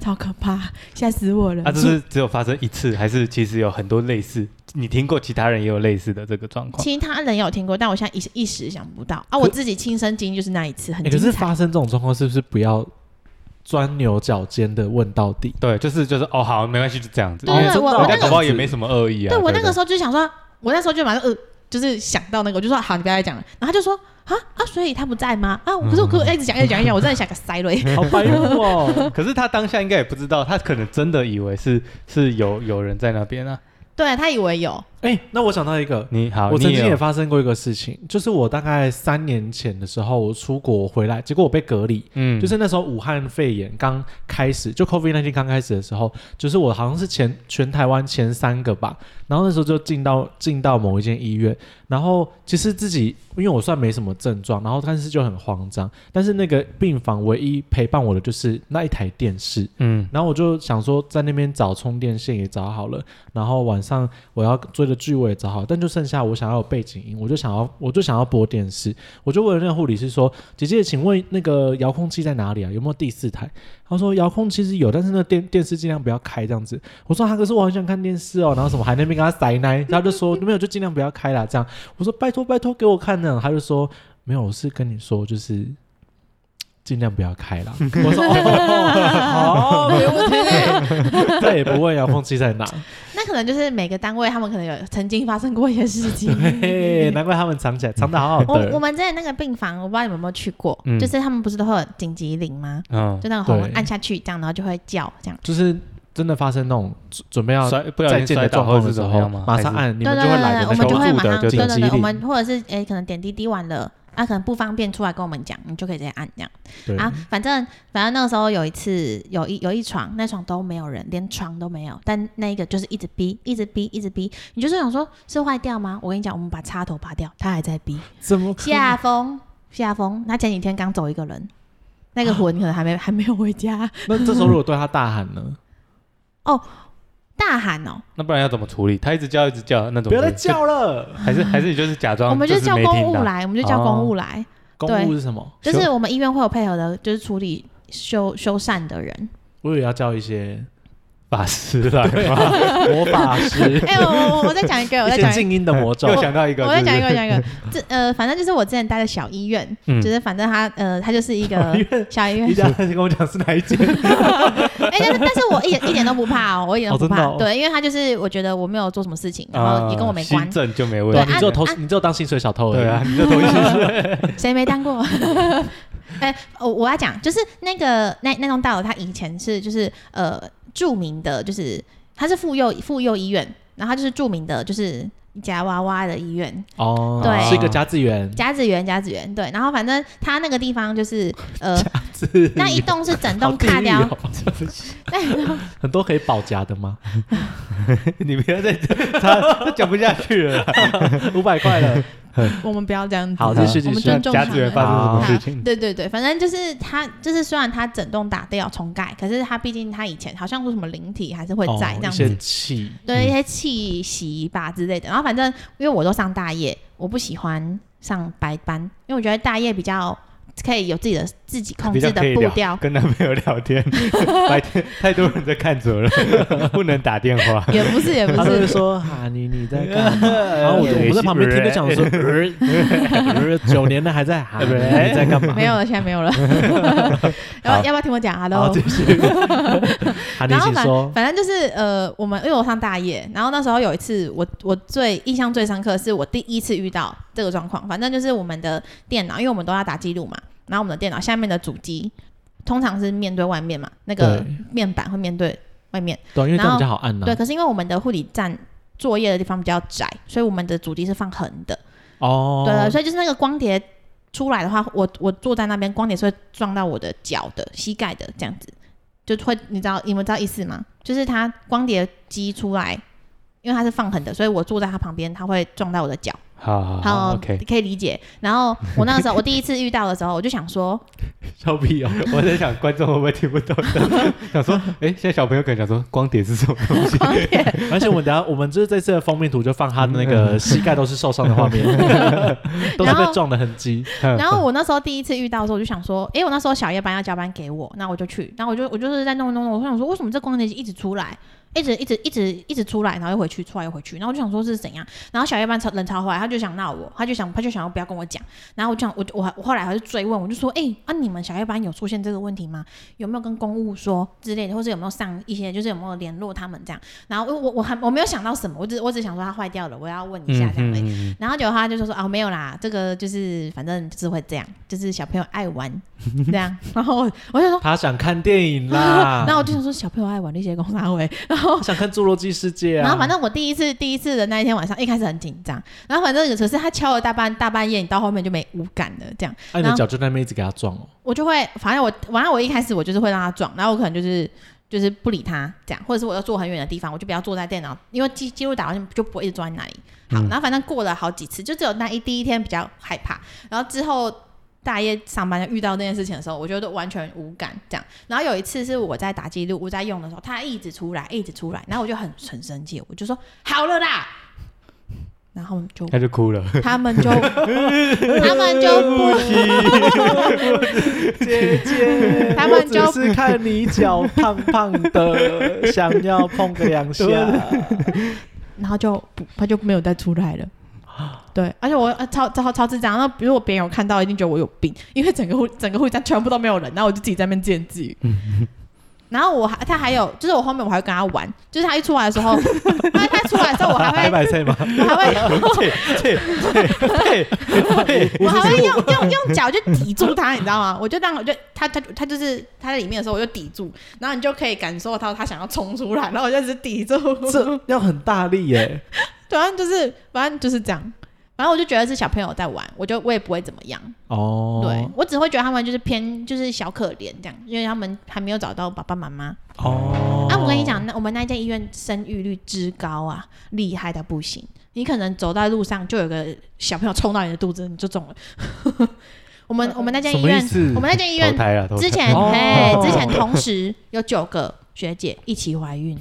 Speaker 3: 超可怕，吓死我了！
Speaker 1: 啊，这是只有发生一次，还是其实有很多类似？你听过其他人也有类似的这个状况？
Speaker 3: 其他人有听过，但我现在一一时想不到啊，我自己亲身经历就是那一次，很
Speaker 2: 欸可
Speaker 3: 精
Speaker 2: 是
Speaker 3: 彩。
Speaker 2: 发生这种状况，是不是不要钻牛角尖的问到底。
Speaker 1: 对，就是就是哦，好，没关系，就这样子。
Speaker 3: 对
Speaker 1: 因为
Speaker 3: 对
Speaker 2: 真的
Speaker 3: 我
Speaker 2: 哦
Speaker 3: 我
Speaker 1: 人
Speaker 3: 那
Speaker 1: 家
Speaker 3: 个
Speaker 1: 搞不好也没什么恶意啊。
Speaker 3: 对我那个
Speaker 1: 对
Speaker 3: 时候就想说，我那时候就马上呃，就是想到那个，我就说好，你不要再讲了。然后他就说啊啊，所以他不在吗？啊，我可是我
Speaker 2: 嗯
Speaker 3: 可我一直讲一直讲一直讲，我真的想个塞雷。 [LAUGHS]
Speaker 2: 好白目哦！
Speaker 1: 对可是他当下应该也不知道，他可能真的以为是是有有人在那边啊。
Speaker 3: 对他以为有，
Speaker 2: 哎、那我想到一个，
Speaker 1: 你好，
Speaker 2: 我
Speaker 1: 你
Speaker 2: 曾经
Speaker 1: 有
Speaker 2: 也发生过一个事情，就是我大概三年前的时候，我出国回来，结果我被隔离。
Speaker 1: 嗯，
Speaker 2: 就是那时候武汉肺炎刚开始，就 COVID 1 9刚开始的时候，就是我好像是前全台湾前三个吧，然后那时候就进到进到某一间医院，然后其实自己因为我算没什么症状，然后但是就很慌张，但是那个病房唯一陪伴我的就是那一台电视，
Speaker 1: 嗯
Speaker 2: 然后我就想说，在那边找充电线也找好了，然后晚上我要追的剧我也找好，但就剩下我想要有背景音，我就想要我就想要播电视，我就问那个护理师说：“姐姐，请问那个遥控器在哪里啊？有没有第四台？”他说：“遥控器是有，但是那电电视尽量不要开这样子。”我说：“他、可是我很想看电视哦。”然后什么还在那边跟他塞奶，他就说：“没有，就尽量不要开啦。”这样我说：“拜托拜托，给我看呢。”他就说：“没有，我是跟你说就是。”尽量不要开啦。我说
Speaker 3: [LAUGHS]
Speaker 2: 哦，好，没问题。再也不问遥控器在哪。
Speaker 3: 那可能就是每个单位他们可能有曾经发生过一些事情。
Speaker 2: 嘿，难怪他们藏起来，藏的好好
Speaker 3: 我嗯哦我
Speaker 2: 的。
Speaker 3: 们之前那个病房，我不知道你们有没有去过，
Speaker 1: 嗯
Speaker 3: 就是他们不是都会有紧急铃吗？
Speaker 1: 嗯，
Speaker 3: 就那个红
Speaker 2: 对
Speaker 3: 按下去，这样然后就会叫这样。
Speaker 2: 就是真的发生那种准准备要
Speaker 1: 摔不小
Speaker 2: 再
Speaker 1: 心
Speaker 2: 见
Speaker 1: 摔
Speaker 2: 的
Speaker 1: 倒
Speaker 2: 状
Speaker 1: 或
Speaker 2: 况
Speaker 1: 者
Speaker 2: 的
Speaker 1: 是
Speaker 2: 时
Speaker 1: 怎么
Speaker 2: 候，
Speaker 1: 样吗？
Speaker 2: 马上
Speaker 1: 还是
Speaker 2: 按，你
Speaker 3: 对
Speaker 2: 们
Speaker 3: 对
Speaker 2: 就会
Speaker 3: 对
Speaker 2: 来
Speaker 3: 对，
Speaker 2: 的那
Speaker 3: 我
Speaker 2: 种。
Speaker 3: 们就会
Speaker 1: 求助
Speaker 3: 马
Speaker 1: 的
Speaker 3: 上，
Speaker 1: 就
Speaker 3: 对
Speaker 1: 是
Speaker 3: 对
Speaker 2: 紧急
Speaker 3: 对，我
Speaker 2: 铃
Speaker 3: 们或者是诶、可能点滴滴完了，啊，可能不方便出来跟我们讲，你就可以直接按这样
Speaker 2: 对，
Speaker 3: 啊。反正反正那个时候有一次有一有一床，那床都没有人，连床都没有，但那一个就是一直逼，一直逼，一直逼，你就是想说是坏掉吗？我跟你讲，我们把插头拔掉，它还在逼。
Speaker 2: 怎么可能
Speaker 3: 夏风，夏风，他前几天刚走一个人，那个魂可能还没还没有回家，
Speaker 2: 那这时候如果对他大喊呢？
Speaker 3: 大喊哦，
Speaker 1: 那不然要怎么处理？他一直叫一直叫，那种
Speaker 2: 不要再，叫了。
Speaker 1: 还是还是你就是假装
Speaker 3: 我们
Speaker 1: 就
Speaker 3: 就是叫
Speaker 1: 没
Speaker 3: 公
Speaker 1: 听
Speaker 3: 务
Speaker 1: 到
Speaker 3: 来，我们就叫公务来，
Speaker 2: 公
Speaker 3: 对
Speaker 2: 务是什么？
Speaker 3: 就是我们医院会有配合的，就是处理修修缮的人。
Speaker 2: 我以为要叫一些
Speaker 1: 法师来
Speaker 2: 啊
Speaker 1: 嘛。
Speaker 2: 魔法
Speaker 3: [LAUGHS]
Speaker 2: 师，
Speaker 3: 哎、我我我再讲一个，我
Speaker 2: 一
Speaker 3: 再
Speaker 2: 些
Speaker 3: 讲一个。
Speaker 2: 静音的魔咒
Speaker 1: [LAUGHS] 又。想到一个，
Speaker 3: 我再讲一
Speaker 1: 是
Speaker 3: 个，
Speaker 1: 不
Speaker 3: 我再
Speaker 1: 是
Speaker 3: 讲一个，这呃，反正就是我之前待的小医院，
Speaker 1: 嗯
Speaker 3: 就是反正他呃，他就是一个
Speaker 1: [LAUGHS]
Speaker 2: 因为
Speaker 3: 小医院
Speaker 2: 你，讲跟我讲是哪一间？
Speaker 3: 哎、但是但是我一点一点都不怕哦，我一点都不怕，
Speaker 2: 哦真的哦
Speaker 3: 对，因为他就是我觉得我没有做什么事情，然
Speaker 1: 啊
Speaker 3: 后也跟我没关
Speaker 1: 新，政就没问
Speaker 2: 对啊，
Speaker 1: 题。
Speaker 2: 你只
Speaker 3: 就
Speaker 2: 有偷，你只有当薪水小偷而已。
Speaker 1: 对啊，你这头绪
Speaker 3: [LAUGHS] 谁没当过？哎、我我要讲，就是那个那那栋大楼，它以前是就是呃著名的，就是它是妇幼妇幼医院，然后它就是著名的，就是夹娃娃的医院，
Speaker 2: 哦，
Speaker 3: 对
Speaker 2: 是一个甲子园，
Speaker 3: 甲子园甲子园对，然后反正它那个地
Speaker 2: [LAUGHS]
Speaker 3: 方就是呃
Speaker 2: 甲子园
Speaker 3: 那一栋是整
Speaker 2: 好
Speaker 3: 栋卡
Speaker 2: 地狱
Speaker 3: 掉，
Speaker 2: 哦 [LAUGHS] 很多可以保夹的吗？
Speaker 1: 你不要再他他讲不下去了。
Speaker 2: 五百块了，
Speaker 3: 我们不要这样子，
Speaker 2: 好继续
Speaker 3: 我们
Speaker 2: 继续
Speaker 3: 尊重
Speaker 1: 甲
Speaker 3: 他
Speaker 1: 子园
Speaker 3: 们。
Speaker 1: 发生什么事情？
Speaker 3: 对对对，反正就是它，就是虽然它整栋打掉重盖，可是它毕竟它以前好像说什么灵体还是会在
Speaker 2: 哦
Speaker 3: 这样
Speaker 2: 一
Speaker 3: 子，
Speaker 2: 些气，
Speaker 3: 对一些气息吧之类的。然后反正因为我都上大夜，我不喜欢上白班，因为我觉得大夜比较可以有自己的自己控
Speaker 1: 比较
Speaker 3: 制
Speaker 1: 可以
Speaker 3: 的步
Speaker 1: 聊，
Speaker 3: 调。
Speaker 1: 跟男朋友聊
Speaker 3: [LAUGHS]
Speaker 1: 天，白天太多人在看着了，不能打电话。
Speaker 3: 也不是也
Speaker 2: [LAUGHS]
Speaker 3: 不
Speaker 2: 他就会
Speaker 3: 是， [LAUGHS]
Speaker 2: 说哈你你在干嘛？然后我就我在旁边听着想说，
Speaker 3: 哎 [LAUGHS]
Speaker 2: 呃呃九年的还在哈你你在 [LAUGHS] 干嘛？
Speaker 3: 没有了，现在没有了。然后要不要听我讲啊
Speaker 2: 好，
Speaker 3: ？Hello，
Speaker 2: 继续。 [LAUGHS] 哈啊你
Speaker 3: 然后
Speaker 2: 请
Speaker 3: 反
Speaker 2: 说，
Speaker 3: 反正就是呃，我们因为我上大夜，然后那时候有一次我我最印象最深刻，是我第一次遇到这个状况。反正就是我们的电脑，因为我们都要打记录嘛，然后我们的电脑下面的主机通常是面对外面嘛，那个
Speaker 2: 对
Speaker 3: 面板会面对外面。
Speaker 2: 对，因为这
Speaker 3: 然
Speaker 2: 样
Speaker 3: 后
Speaker 2: 比较好按呐
Speaker 3: 对，。可是因为我们的护理站作业的地方比较窄，所以我们的主机是放横的。
Speaker 2: 哦，
Speaker 3: 对啊对，所以就是那个光碟出来的话，我我坐在那边，光碟是会撞到我的脚的、膝盖的这样子，就会你知道你们知道意思吗？就是它光碟机出来，因为它是放横的，所以我坐在它旁边，它会撞到我的脚。
Speaker 1: 好好
Speaker 3: 好
Speaker 1: 好，OK。啊
Speaker 3: 可以理解。然后我那个时候我第一次遇到的时候，我就想说， [LAUGHS]
Speaker 2: 小屁哦，
Speaker 1: 我在想观众会不会听不懂，想说，哎，现在小朋友可能想说光碟是什么东
Speaker 3: [LAUGHS]
Speaker 1: 西？
Speaker 2: 而且我们等下我们就是这次的封面图就放他的那个膝盖都是受伤的画
Speaker 3: [LAUGHS]
Speaker 2: 面，都是
Speaker 3: 嗯然
Speaker 2: 被
Speaker 3: 后
Speaker 2: 撞的痕迹。
Speaker 1: 嗯
Speaker 3: 然后我那时候第一次遇到的时候，我就想说，诶，我那时候小夜班要交班给我，那我就去，然后我就我就是在弄弄弄，我想说，为什么这光碟机一直出来？一直一直一直一直出来，然后又回去，出来又回去，然后我就想说是怎样，然后小夜班超人超坏，他就想闹我，他就想他就想要不要跟我讲，然后我就想我我还我后来还是追问，我就说，哎、啊你们小夜班有出现这个问题吗？有没有跟公务说之类的，或者有没有上一些就是有没有联络他们这样？然后我我我还我没有想到什么，我只我只想说他坏掉了，我要问一下这样而已。
Speaker 1: 嗯
Speaker 3: 然后结果他就说说哦没有啦，这个就是反正就是会这样，就是小朋友爱玩这样。然后我 [LAUGHS] 我就说，
Speaker 2: 他想看电影啦
Speaker 3: 然，后我就想说小朋友爱玩那些公沙会，然后
Speaker 2: [LAUGHS] 他想看《侏罗纪世界》啊。
Speaker 3: 然后反正我第一次第一次的那一天晚上，一开始很紧张，然后反正可是他敲了大半大半夜，你到后面就没无感了，这样
Speaker 2: 哎、你
Speaker 3: 然
Speaker 2: 的
Speaker 3: 后
Speaker 2: 脚就在那边一直给他撞哦。
Speaker 3: 我就会反正我反正我一开始我就是会让他撞，然后我可能就是。就是不理他这样，或者是我要坐很远的地方，我就不要坐在电脑，因为记记录打完就不会一直坐在那里。好，然后反正过了好几次，就只有那一第一天比较害怕，然后之后大夜上班遇到那件事情的时候，我觉得完全无感这样。然后有一次是我在打记录，我在用的时候，他一直出来，一直出来，然后我就很很生气，我就说好了啦，然后
Speaker 1: [LAUGHS]
Speaker 3: 就
Speaker 1: 他就哭了。
Speaker 3: 他们就 [LAUGHS] 他们就不
Speaker 2: 姐姐，
Speaker 3: 他们就
Speaker 2: 我只是看你脚胖胖的，想要碰个两下。
Speaker 3: 然后就不，他就没有再出来了。对，而且我呃超超超智障，那如果别人有看到，一定觉得我有病，因为整个护整个护理站全部都没有人，然后我就自己在那边自言自语。然后我还他还有，就是我后面我还会跟他玩，就是他一出来的时候，他他出来的时候我哦
Speaker 1: [LAUGHS]
Speaker 3: 还
Speaker 2: 还
Speaker 3: 会
Speaker 2: 买菜
Speaker 3: [LAUGHS]
Speaker 2: 吗？
Speaker 3: 我还会
Speaker 1: 对对对对
Speaker 3: 我还会用用用脚就抵住他，你知道吗？我就让我就他他他就是他在里面的时候我就抵住，然后你就可以感受到他想要冲出来，然后我就只抵住。
Speaker 2: 这要很大力耶、
Speaker 3: 对，反正就是反正就是这样。反正我就觉得是小朋友在玩，我就我也不会怎么样。
Speaker 2: 哦，
Speaker 3: 对我只会觉得他们就是偏就是小可怜这样，因为他们还没有找到爸爸妈妈。
Speaker 2: 哦。
Speaker 3: 啊，我跟你，讲，那我们那间医院生育率之高啊，厉害的不行。你可能走在路上就有个小朋友冲到你的肚子，你就中了。 [LAUGHS] 我们我们那间医院
Speaker 2: 什么意思，
Speaker 3: 我们那间医
Speaker 1: 对，
Speaker 3: 院
Speaker 1: 投胎啊了，投胎
Speaker 3: 之前
Speaker 2: 哦
Speaker 3: 嘿，之前同时有九个学姐一起怀孕，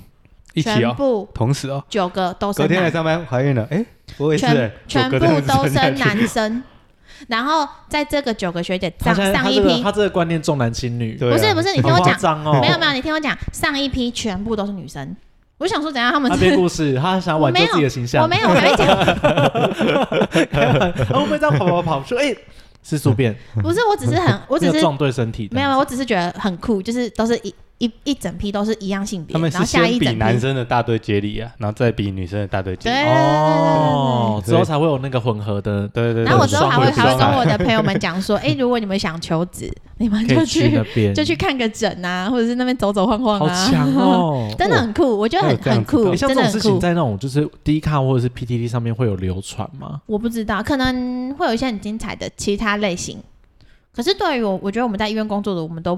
Speaker 1: 一起
Speaker 3: 全
Speaker 1: 哦，
Speaker 3: 部
Speaker 1: 同时哦，
Speaker 3: 九个都
Speaker 1: 隔
Speaker 3: 生
Speaker 1: 天来
Speaker 3: 男
Speaker 1: 上班怀孕了，哎，我也是
Speaker 3: 全
Speaker 1: 哎，
Speaker 3: 全
Speaker 1: 我隔
Speaker 3: 部
Speaker 1: 天
Speaker 3: 都
Speaker 1: 下
Speaker 3: 生
Speaker 1: 去
Speaker 3: 男生，然后在这个九个学姐
Speaker 2: 他
Speaker 3: 上
Speaker 2: 现在
Speaker 3: 上
Speaker 2: 他
Speaker 3: 一
Speaker 2: 这个
Speaker 3: 批，
Speaker 2: 他这个观念重男轻女，
Speaker 1: [LAUGHS] 对啊
Speaker 3: 不是不是，你听我
Speaker 2: 好夸
Speaker 3: 讲，
Speaker 2: 张哦。
Speaker 3: 没有没有，你听我讲，上一批全部都是女生。我想说，怎样他们
Speaker 2: 他编
Speaker 3: 是？
Speaker 2: 故事，他想挽救自己的形象。
Speaker 3: 我没有，我还没讲，
Speaker 2: [LAUGHS] 然后哦会这样跑跑跑，说哎，是宿便，
Speaker 3: 不是，我只是很，我只
Speaker 2: 没有
Speaker 3: 是
Speaker 2: 撞对身体的。
Speaker 3: 没有，我只是觉得很酷，就是都是一一一整批都是一样性别，
Speaker 1: 他们
Speaker 3: 然
Speaker 1: 是
Speaker 3: 后下
Speaker 1: 先
Speaker 3: 一整
Speaker 1: 比
Speaker 3: 批，
Speaker 1: 男生的大队接力啊，然后再比女生的大队接
Speaker 3: 对对
Speaker 1: 力。
Speaker 2: 哦，
Speaker 1: 对
Speaker 2: 之后才会有那个混合的，
Speaker 1: 对对对。
Speaker 3: 然后我之后还会
Speaker 2: 很爽
Speaker 3: 还会跟
Speaker 1: 很
Speaker 3: 我的朋友们讲说，哎，如果你们想求职，你们
Speaker 2: 可
Speaker 3: 就
Speaker 2: 以去那边，
Speaker 3: 就去看个诊啊，或者是那边走走晃晃
Speaker 2: 好
Speaker 3: 啊，，
Speaker 2: 强哦
Speaker 3: [LAUGHS] 真的很酷，我觉得
Speaker 1: 还
Speaker 3: 很
Speaker 1: 有这样
Speaker 3: 很
Speaker 1: 子的
Speaker 3: 酷，
Speaker 2: 诶像
Speaker 3: 真
Speaker 2: 这
Speaker 3: 的
Speaker 2: 种
Speaker 3: 很
Speaker 2: 事情
Speaker 3: 酷。
Speaker 2: 在那种就是低卡或者是 PTT 上面会有流传吗？
Speaker 3: 我不知道，可能会有一些很精彩的其他类型。可是对于我，我觉得我们在医院工作的，我们都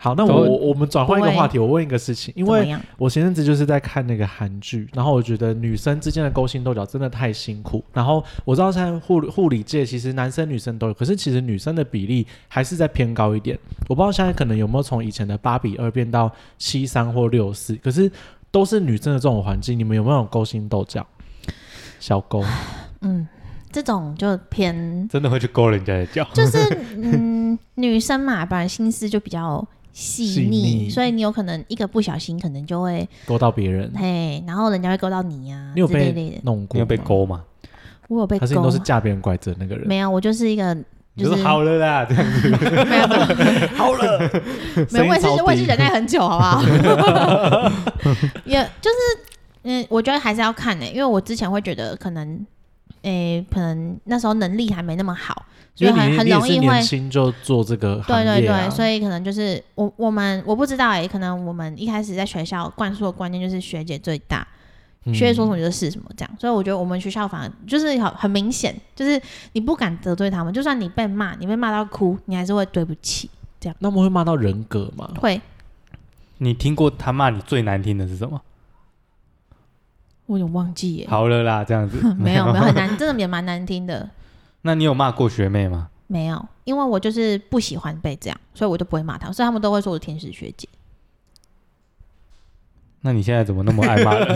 Speaker 2: 好，那
Speaker 1: 都
Speaker 2: 我我们转换一个
Speaker 3: 不会
Speaker 2: 话题，我问一个事情，因
Speaker 3: 怎么
Speaker 2: 为
Speaker 3: 样？
Speaker 2: 我前阵子就是在看那个韩剧，然后我觉得女生之间的勾心斗角真的太辛苦。然后我知道现在护护理界其实男生女生都有，可是其实女生的比例还是在偏高一点。我不知道现在可能有没有从以前的八比二变到七三或六四，可是都是女生的这种环境，你们有没有勾心斗角？小勾，
Speaker 3: 嗯，这种就偏
Speaker 1: 真的会去勾人家的
Speaker 3: [LAUGHS]
Speaker 1: 脚。
Speaker 3: 就是
Speaker 2: [LAUGHS]
Speaker 3: 嗯，女生嘛，本来心思就比较细
Speaker 2: 细
Speaker 3: 腻，
Speaker 2: 腻
Speaker 3: 所以你有可能一个不小心，可能就会
Speaker 2: 勾到别
Speaker 3: [LAUGHS]
Speaker 2: 人，
Speaker 3: 嘿，然后人家会勾到你呀、
Speaker 2: 你有
Speaker 3: 之类
Speaker 2: 被
Speaker 3: 的。
Speaker 2: 弄过？
Speaker 1: 你有被？勾吗？
Speaker 3: 我有被
Speaker 2: 还是你都
Speaker 3: 勾
Speaker 2: 是
Speaker 3: 吗，
Speaker 2: 架别人拐子的那个人？
Speaker 3: 没有，我就是一个
Speaker 1: 你
Speaker 3: 就
Speaker 1: 就是好了啦，
Speaker 3: [LAUGHS]
Speaker 1: 这样
Speaker 3: 没有没有
Speaker 2: 好了，
Speaker 3: [LAUGHS] 没有，我也
Speaker 2: 声音
Speaker 3: 是
Speaker 2: 超低
Speaker 3: 我也是忍耐很久，好
Speaker 2: [LAUGHS]
Speaker 3: 不 [LAUGHS] 好？也就是，嗯，我觉得还是要看呢、因为我之前会觉得可能，诶、可能那时候能力还没那么好，所以
Speaker 2: 因为
Speaker 3: 很
Speaker 2: 你
Speaker 3: 很
Speaker 2: 你也
Speaker 3: 容
Speaker 2: 是
Speaker 3: 易
Speaker 2: 年
Speaker 3: 会。
Speaker 2: 轻就做这个行
Speaker 3: 对
Speaker 2: 业、啊，
Speaker 3: 对对，所以可能就是我我们我不知道哎、可能我们一开始在学校灌输的观念就是学姐最大，
Speaker 2: 嗯
Speaker 3: 学姐说什么就是什么这样，所以我觉得我们学校反而就是很很明显，就是你不敢得罪他们，就算你被骂，你被骂到哭，你还是会对不起，
Speaker 2: 那么会骂到人格吗？
Speaker 3: 会，
Speaker 1: 你听过他骂你最难听的是什么？
Speaker 3: 我有点忘记耶、。
Speaker 1: [LAUGHS] 好了啦，这样子
Speaker 3: [LAUGHS] 没有没有很
Speaker 1: [LAUGHS]
Speaker 3: 难，真的也蛮难听的。
Speaker 1: 那你有骂过学妹吗？
Speaker 3: 没有，因为我就是不喜欢被这样，所以我就不会骂他，所以他们都会说我是天使学姐。
Speaker 1: 那你现在怎么那么
Speaker 3: [LAUGHS]
Speaker 1: 爱骂人？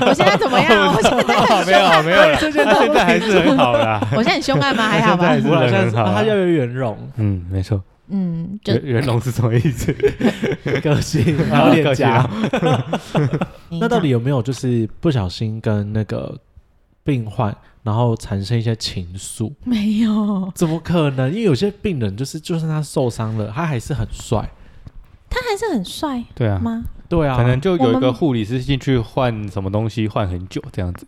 Speaker 3: 我现在怎么样？我现在
Speaker 1: 没
Speaker 3: 很
Speaker 1: 有
Speaker 3: 凶
Speaker 1: 啊
Speaker 3: 啊，
Speaker 1: 没有啦，
Speaker 2: 这件
Speaker 1: [LAUGHS] 他现在还是很好啦。
Speaker 3: [LAUGHS] 我现在很凶悍吗？还好
Speaker 1: 现在
Speaker 3: 吧
Speaker 1: 还。
Speaker 2: [LAUGHS]
Speaker 1: 是
Speaker 2: 我好
Speaker 1: 人
Speaker 2: 像
Speaker 1: 很好啊
Speaker 2: 他越来越圆融。
Speaker 1: 嗯，没错。
Speaker 3: 嗯，就
Speaker 1: 圆圆龙是什么意 [LAUGHS] 思？
Speaker 2: 个 [LAUGHS] 性，然后脸颊。
Speaker 3: 啊你
Speaker 2: 那到底
Speaker 3: 讲
Speaker 2: 有没有就是不小心跟那个病患，然后产生一些情愫？
Speaker 3: 没有？
Speaker 2: 怎么可能？因为有些病人就是，就算他受伤了，他还是很帅。
Speaker 3: 他还是很帅
Speaker 1: 对啊，
Speaker 3: 吗？
Speaker 2: 对啊，
Speaker 1: 可能就
Speaker 3: 我
Speaker 1: 有一
Speaker 3: 们
Speaker 1: 个护理师进去换什么东西，换很久这样子。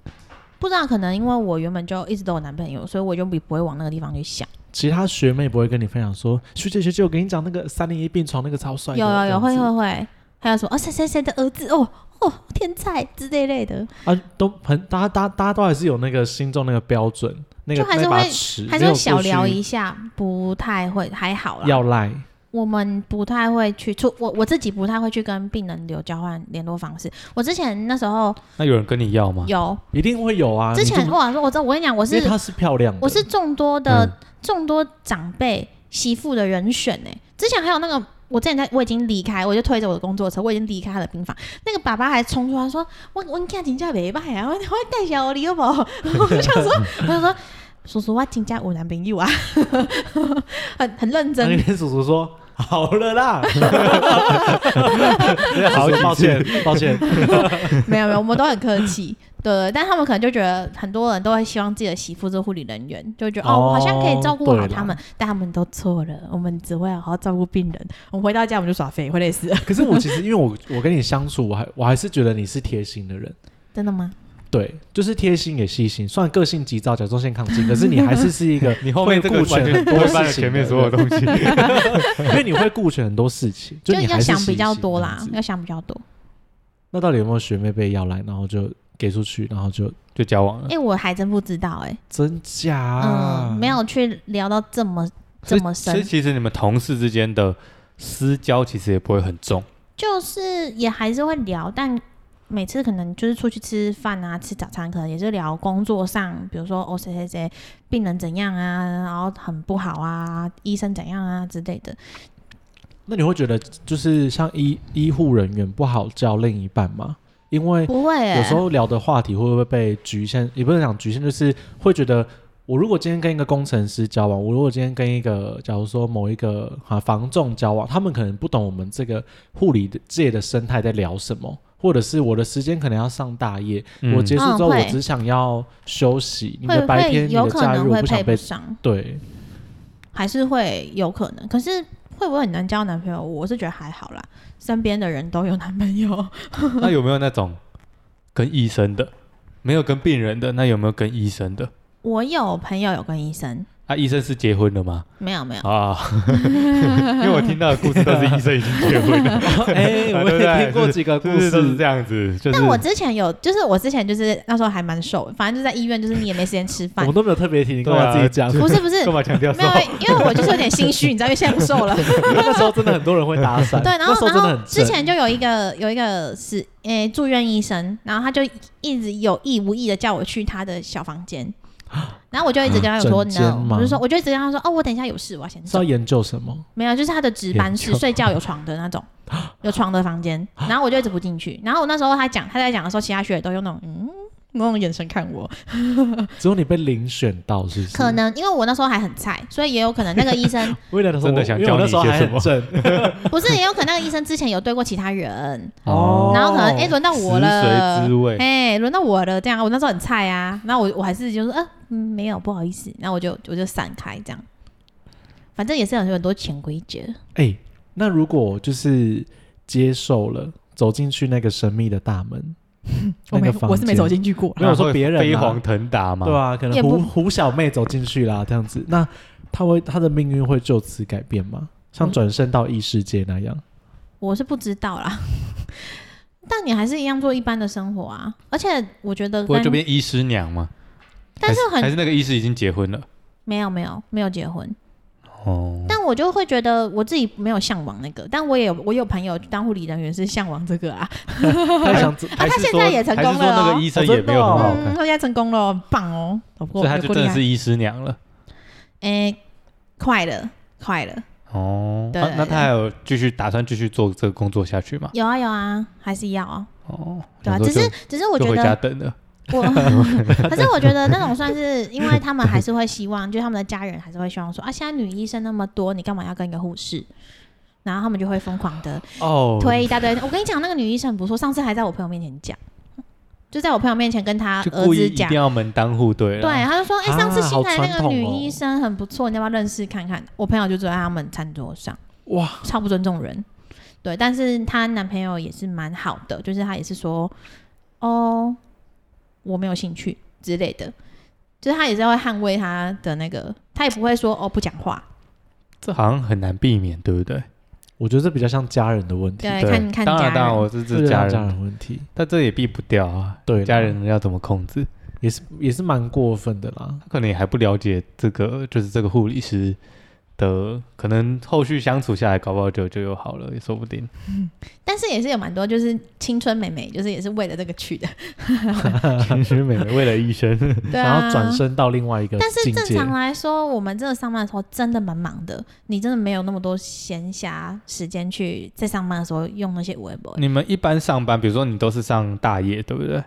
Speaker 3: 不知道，可能因为我原本就一直都有男朋友，所以我就不不会往那个地方去想。
Speaker 2: 其他学妹不会跟你分享说，学姐学姐，我跟你讲那个三零一病床那个超帅的，
Speaker 3: 有有
Speaker 2: 这
Speaker 3: 有，
Speaker 2: 样
Speaker 3: 会
Speaker 2: 子
Speaker 3: 会会，还有什么哦谁谁谁的儿子哦哦天才之类类的，
Speaker 2: 啊，都很大家大家大家都还是有那个心中那个标准，那个
Speaker 3: 就还是
Speaker 2: 那把
Speaker 3: 会
Speaker 2: 尺
Speaker 3: 还
Speaker 2: 没
Speaker 3: 是
Speaker 2: 有过
Speaker 3: 会小聊
Speaker 2: 去
Speaker 3: 一下，不太会，还好啦。
Speaker 2: 要赖，
Speaker 3: 我们不太会去，出我我自己不太会去跟病人有交换联络方式。我之前那时候
Speaker 1: 那有人跟你要吗？
Speaker 3: 有，
Speaker 2: 一定会有啊。
Speaker 3: 之
Speaker 2: 你
Speaker 3: 前
Speaker 2: 就
Speaker 3: 我想说，我知道，我跟你讲，我
Speaker 2: 因为
Speaker 3: 是
Speaker 2: 她是漂亮的，
Speaker 3: 我是众多的、
Speaker 2: 嗯
Speaker 3: 众多长辈媳妇的人选哎、之前还有那个，我之前在我已经离开，我就推着我的工作车，我已经离开他的病房。那个爸爸还冲出来说：“我我你看请假没办啊，我我带小李有宝。” [LAUGHS] 我就想说，我就说。叔叔，我请假有男朋友啊， [LAUGHS] 很很认
Speaker 2: 那
Speaker 3: 真。
Speaker 2: 天叔叔说好了
Speaker 1: [LAUGHS]
Speaker 2: 啦，好抱歉抱歉，
Speaker 3: [LAUGHS] 没有没有，我们都很客气。对，但他们可能就觉得很多人都会希望自己的媳妇是护理人员，就会觉得哦，我好像可以照顾
Speaker 2: 哦对
Speaker 3: 好
Speaker 2: 啦
Speaker 3: 他们，但他们都错了，我们只会好好照顾病人。我们回到家我们就耍废，会累死。
Speaker 2: 可是我其实因为我我跟你相处，我还我还是觉得你是贴心的人。
Speaker 3: 真的吗？
Speaker 2: 对，就是贴心也细心，虽然个性急躁、甲状腺亢
Speaker 1: [LAUGHS]
Speaker 2: 进，可是你还是是一个
Speaker 1: 你后面这个
Speaker 2: 会顾
Speaker 1: 完
Speaker 2: 全
Speaker 1: 全
Speaker 2: 很
Speaker 1: 不
Speaker 2: 多
Speaker 1: 会办
Speaker 2: 事
Speaker 1: 了
Speaker 2: 情
Speaker 1: 前面
Speaker 2: 的
Speaker 1: 所有
Speaker 2: 人
Speaker 1: 东西。
Speaker 2: 因为你会顾全很多事情，你还
Speaker 3: 要
Speaker 2: 是
Speaker 3: 想
Speaker 2: 细
Speaker 3: 比较
Speaker 2: 心
Speaker 3: 多
Speaker 2: 这
Speaker 3: 啦
Speaker 2: 样子，
Speaker 3: 要想比较多。
Speaker 2: 那到底有没有学妹被要来，然后就给出去，然后就
Speaker 1: [LAUGHS] 就交往了
Speaker 3: 哎、。我还真不知道哎、
Speaker 2: 真假、啊
Speaker 3: 嗯，没有去聊到这么这么
Speaker 1: 所以
Speaker 3: 深，
Speaker 1: 其实你们同事之间的私交其实也不会很重，
Speaker 3: 就是也还是会聊，但每次可能就是出去吃饭啊，吃早餐，可能也是聊工作上，比如说哦谁谁谁病人怎样啊，然后很不好啊，医生怎样啊之类的。
Speaker 2: 那你会觉得就是像医医护人员不好叫另一半吗？因为
Speaker 3: 不会、欸，
Speaker 2: 有时候聊的话题会不会被局限？也不能讲局限，就是会觉得我如果今天跟一个工程师交往，我如果今天跟一个假如说某一个啊房仲交往，他们可能不懂我们这个护理的界的生态在聊什么。或者是我的时间可能要上大夜，我结束之后
Speaker 3: 嗯会
Speaker 2: 我只想要休息。你
Speaker 3: 会
Speaker 2: 的白天、
Speaker 3: 会
Speaker 2: 你
Speaker 3: 有
Speaker 2: 的
Speaker 3: 可
Speaker 2: 假日
Speaker 3: 能
Speaker 2: 我
Speaker 3: 会
Speaker 2: 不想
Speaker 3: 配
Speaker 2: 被
Speaker 3: 不上，
Speaker 1: [LAUGHS]
Speaker 2: 对，
Speaker 3: 还是会有可能，可是。会不会很难交男朋友？我是觉得还好啦，身边的人都有男朋友。 [LAUGHS]
Speaker 1: [LAUGHS] 那有没有那种跟医生的，没有跟病人的？那有没有跟医生的？
Speaker 3: 我有朋友有跟医生，
Speaker 1: 啊，医生是结婚了吗？
Speaker 3: 没有没有，
Speaker 1: [LAUGHS] 啊，因为我听到的故事都是医生已经结婚了，
Speaker 2: 哎、我
Speaker 1: 对不对
Speaker 2: 也听过几个故
Speaker 1: [LAUGHS] 故
Speaker 2: 事，
Speaker 1: 事都是这样子，就是
Speaker 3: 但我之前有，就是我之前就是那时候还蛮瘦，反正就在医院，就是你也没时间吃
Speaker 2: 我
Speaker 3: 饭
Speaker 2: 们，都没有特别提，你干
Speaker 1: 对
Speaker 2: 嘛
Speaker 1: 啊
Speaker 2: 自己讲？
Speaker 3: [LAUGHS] 不是不
Speaker 2: [LAUGHS]
Speaker 3: 是，
Speaker 1: 干嘛强调
Speaker 3: 没
Speaker 1: 说
Speaker 3: 有，因为我就是有点心虚，你知道，因为现在不瘦了。
Speaker 2: 那时候真的很多人会搭讪，
Speaker 3: 对，然
Speaker 2: 那时候
Speaker 3: 后
Speaker 2: 真的
Speaker 3: 然后
Speaker 2: 很
Speaker 3: 之
Speaker 2: 正
Speaker 3: 前就有一个有一个是诶、住院医生，然后他就一直有意无意的叫我去他的小房
Speaker 2: [GASPS]
Speaker 3: 间，然后我就一直跟他有说
Speaker 2: 啊整间
Speaker 3: no，
Speaker 2: 吗
Speaker 3: 我就说我就一直跟他说哦，我等一下有事，我要先
Speaker 2: 是
Speaker 3: 走
Speaker 2: 要。研究什么？
Speaker 3: 没有，就是他的值班室
Speaker 1: 研究
Speaker 3: 睡觉有床的
Speaker 2: [GASPS]
Speaker 3: 那种，有床的房间。然后我就一直不进去。然后我那时候他讲他在讲的时候，其他学姐都用那种嗯那种眼神看我。
Speaker 2: 只有你被遴选到，是不是？
Speaker 3: 可能因为我那时候还很菜，所以也有可能那个医生
Speaker 2: 为了
Speaker 1: 真的想
Speaker 2: 因为我那
Speaker 1: 教你
Speaker 2: 时候
Speaker 1: 一些
Speaker 2: 还
Speaker 1: 什
Speaker 2: 很
Speaker 1: 么 [LAUGHS]
Speaker 2: 正
Speaker 3: [LAUGHS] 不是，也有可能那个医生之前有对过其他人，
Speaker 2: 哦
Speaker 3: 然后可能哎轮、到我
Speaker 1: 食髓
Speaker 3: 了
Speaker 1: 知。味，
Speaker 3: 哎，轮到我了，这样我那时候很菜啊，然后我我还是就是呃、嗯、没有不好意思，然后我就我就闪开这样，反正也是有很多潜规则，
Speaker 2: 哎、那如果就是接受了，走进去那个神秘的大门，
Speaker 3: [LAUGHS]
Speaker 2: 那
Speaker 3: 我没
Speaker 2: 个
Speaker 3: 有
Speaker 2: 房
Speaker 3: 我是没
Speaker 2: 间
Speaker 3: 走进去过啦，
Speaker 2: 没有我说别人啊
Speaker 1: 飞黄腾达嘛，
Speaker 2: 对啊，可能
Speaker 3: 也
Speaker 2: 胡
Speaker 3: 不
Speaker 2: 胡小妹走进去啦，这样子，那她会她的命运会就此改变吗？像
Speaker 3: 嗯
Speaker 2: 转身到异世界那样？
Speaker 3: 我是不知道啦。 [LAUGHS] 但你还是一样做一般的生活啊，而且我觉得
Speaker 1: 不会就
Speaker 3: 跟，
Speaker 1: 变医师娘嘛？
Speaker 3: 但是
Speaker 1: 还
Speaker 3: 很
Speaker 1: 是那个医师已经结婚了
Speaker 3: 没有没有没有结婚，
Speaker 1: 哦。
Speaker 3: 但我就会觉得我自己没有向往那个，但我也有我有朋友当护理人员是向往这个啊，
Speaker 2: 她想
Speaker 3: [LAUGHS]
Speaker 2: 走
Speaker 3: 啊
Speaker 1: 还
Speaker 3: 他
Speaker 1: 是
Speaker 3: 现
Speaker 1: 说
Speaker 3: 在也成功
Speaker 1: 还是说
Speaker 3: 了
Speaker 1: 那
Speaker 3: 哦
Speaker 1: 个医生
Speaker 2: 哦真
Speaker 1: 也没有
Speaker 2: 的
Speaker 1: 很
Speaker 2: 哦
Speaker 1: 好
Speaker 3: 嗯，
Speaker 1: 看，
Speaker 3: 他现在成功了，很棒哦，有过
Speaker 1: 所以他就
Speaker 3: 有过
Speaker 1: 真
Speaker 3: 厉
Speaker 1: 的
Speaker 3: 害
Speaker 1: 是医师娘了
Speaker 3: 哎、快了，快了，
Speaker 1: 哦。
Speaker 3: 对
Speaker 1: 那那他还有继续打算继续做这个工作下去吗？
Speaker 3: 有啊有啊，还是要啊，
Speaker 1: 哦，
Speaker 3: 对啊，
Speaker 1: 想
Speaker 3: 只
Speaker 1: 说
Speaker 3: 是
Speaker 1: 就
Speaker 3: 只是我
Speaker 1: 就
Speaker 3: 觉
Speaker 1: 回家
Speaker 3: 得
Speaker 1: 等了。
Speaker 3: 我可是我觉得那种
Speaker 1: [LAUGHS]
Speaker 3: 算是，因为他们还是会希望，就他们的家人还是会希望说啊，现在女医生那么多，你干嘛要跟一个护士？然后他们就会疯狂的
Speaker 1: 哦，
Speaker 3: 推一大堆。我跟你讲，那个女医生很不错，上次还在我朋友面前讲，就在我朋友面前跟他
Speaker 1: 就
Speaker 3: 啊儿
Speaker 1: 故意
Speaker 3: 子
Speaker 1: 一
Speaker 3: 讲
Speaker 1: 定，要门当户对了。
Speaker 3: 对，他就说，哎、
Speaker 2: 啊
Speaker 3: 上次新来那
Speaker 2: 好传
Speaker 3: 个
Speaker 2: 统
Speaker 3: 女
Speaker 2: 哦
Speaker 3: 医生很不错，你要不要认识看看？我朋友就坐在他们餐桌上，
Speaker 2: 哇，
Speaker 3: 超不尊重人。对，但是她男朋友也是蛮好的，就是他也是说，哦，我没有兴趣之类的，就是他也是会捍卫他的那个，他也不会说哦不讲话。
Speaker 1: 这好像很难避免，对不对？
Speaker 2: 我觉得这比较像家人的问
Speaker 1: 啊
Speaker 2: 题，
Speaker 3: 对，看看
Speaker 1: 当
Speaker 3: 家
Speaker 1: 然，当然，
Speaker 3: 人。
Speaker 1: 我是
Speaker 2: 这
Speaker 1: 指
Speaker 2: 就
Speaker 1: 家
Speaker 2: 像家
Speaker 1: 人，
Speaker 2: 人问题，
Speaker 1: 但这也避不掉啊。
Speaker 2: 对啦
Speaker 1: 家人要怎么控制？
Speaker 2: 也是也是蛮过分的啦。
Speaker 1: 他可能也还不了解这个，就是这个护理师的，可能后续相处下来，搞不好就就又好了，也说不 [LAUGHS] 定。
Speaker 3: 但是也是有蛮多就是青春美眉，就是也是为了这个
Speaker 2: [LAUGHS]
Speaker 3: 去的，
Speaker 1: 其实美眉为了医生，
Speaker 3: 对
Speaker 2: 然后
Speaker 3: 啊。
Speaker 2: 转身到另外一个
Speaker 3: 但是
Speaker 2: 境
Speaker 3: 正
Speaker 2: 界，
Speaker 3: 常啊来说，我们真的上班的时候真的蛮忙的，你真的没有那么多闲暇时间去在上班的时候用那些微博
Speaker 1: [LAUGHS] 你们一般上班，比如说你都是上大夜，对不对？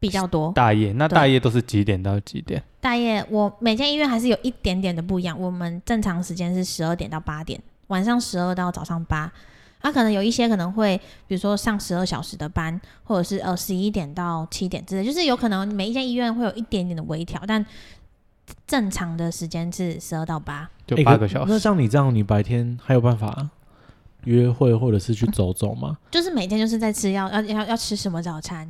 Speaker 3: 比较多。
Speaker 1: 大夜，那
Speaker 3: 对
Speaker 1: 大夜都是几点到几点？
Speaker 3: 大夜我每间医院还是有一点点的不一样，我们正常时间是十二点到八点，晚上十二到早上八。啊，可能有一些可能会，比如说上十二小时的班，或者是呃十一点到七点之类，就是有可能每一间医院会有一点点的微调，但正常的时间是十二到八。
Speaker 1: 就
Speaker 2: 诶
Speaker 1: 八
Speaker 2: 可
Speaker 1: 个小
Speaker 2: 那
Speaker 1: 时。
Speaker 2: 像你这样，你白天还有办法约会或者是去走走吗？
Speaker 3: 就是每天就是在吃要要要要吃什么早餐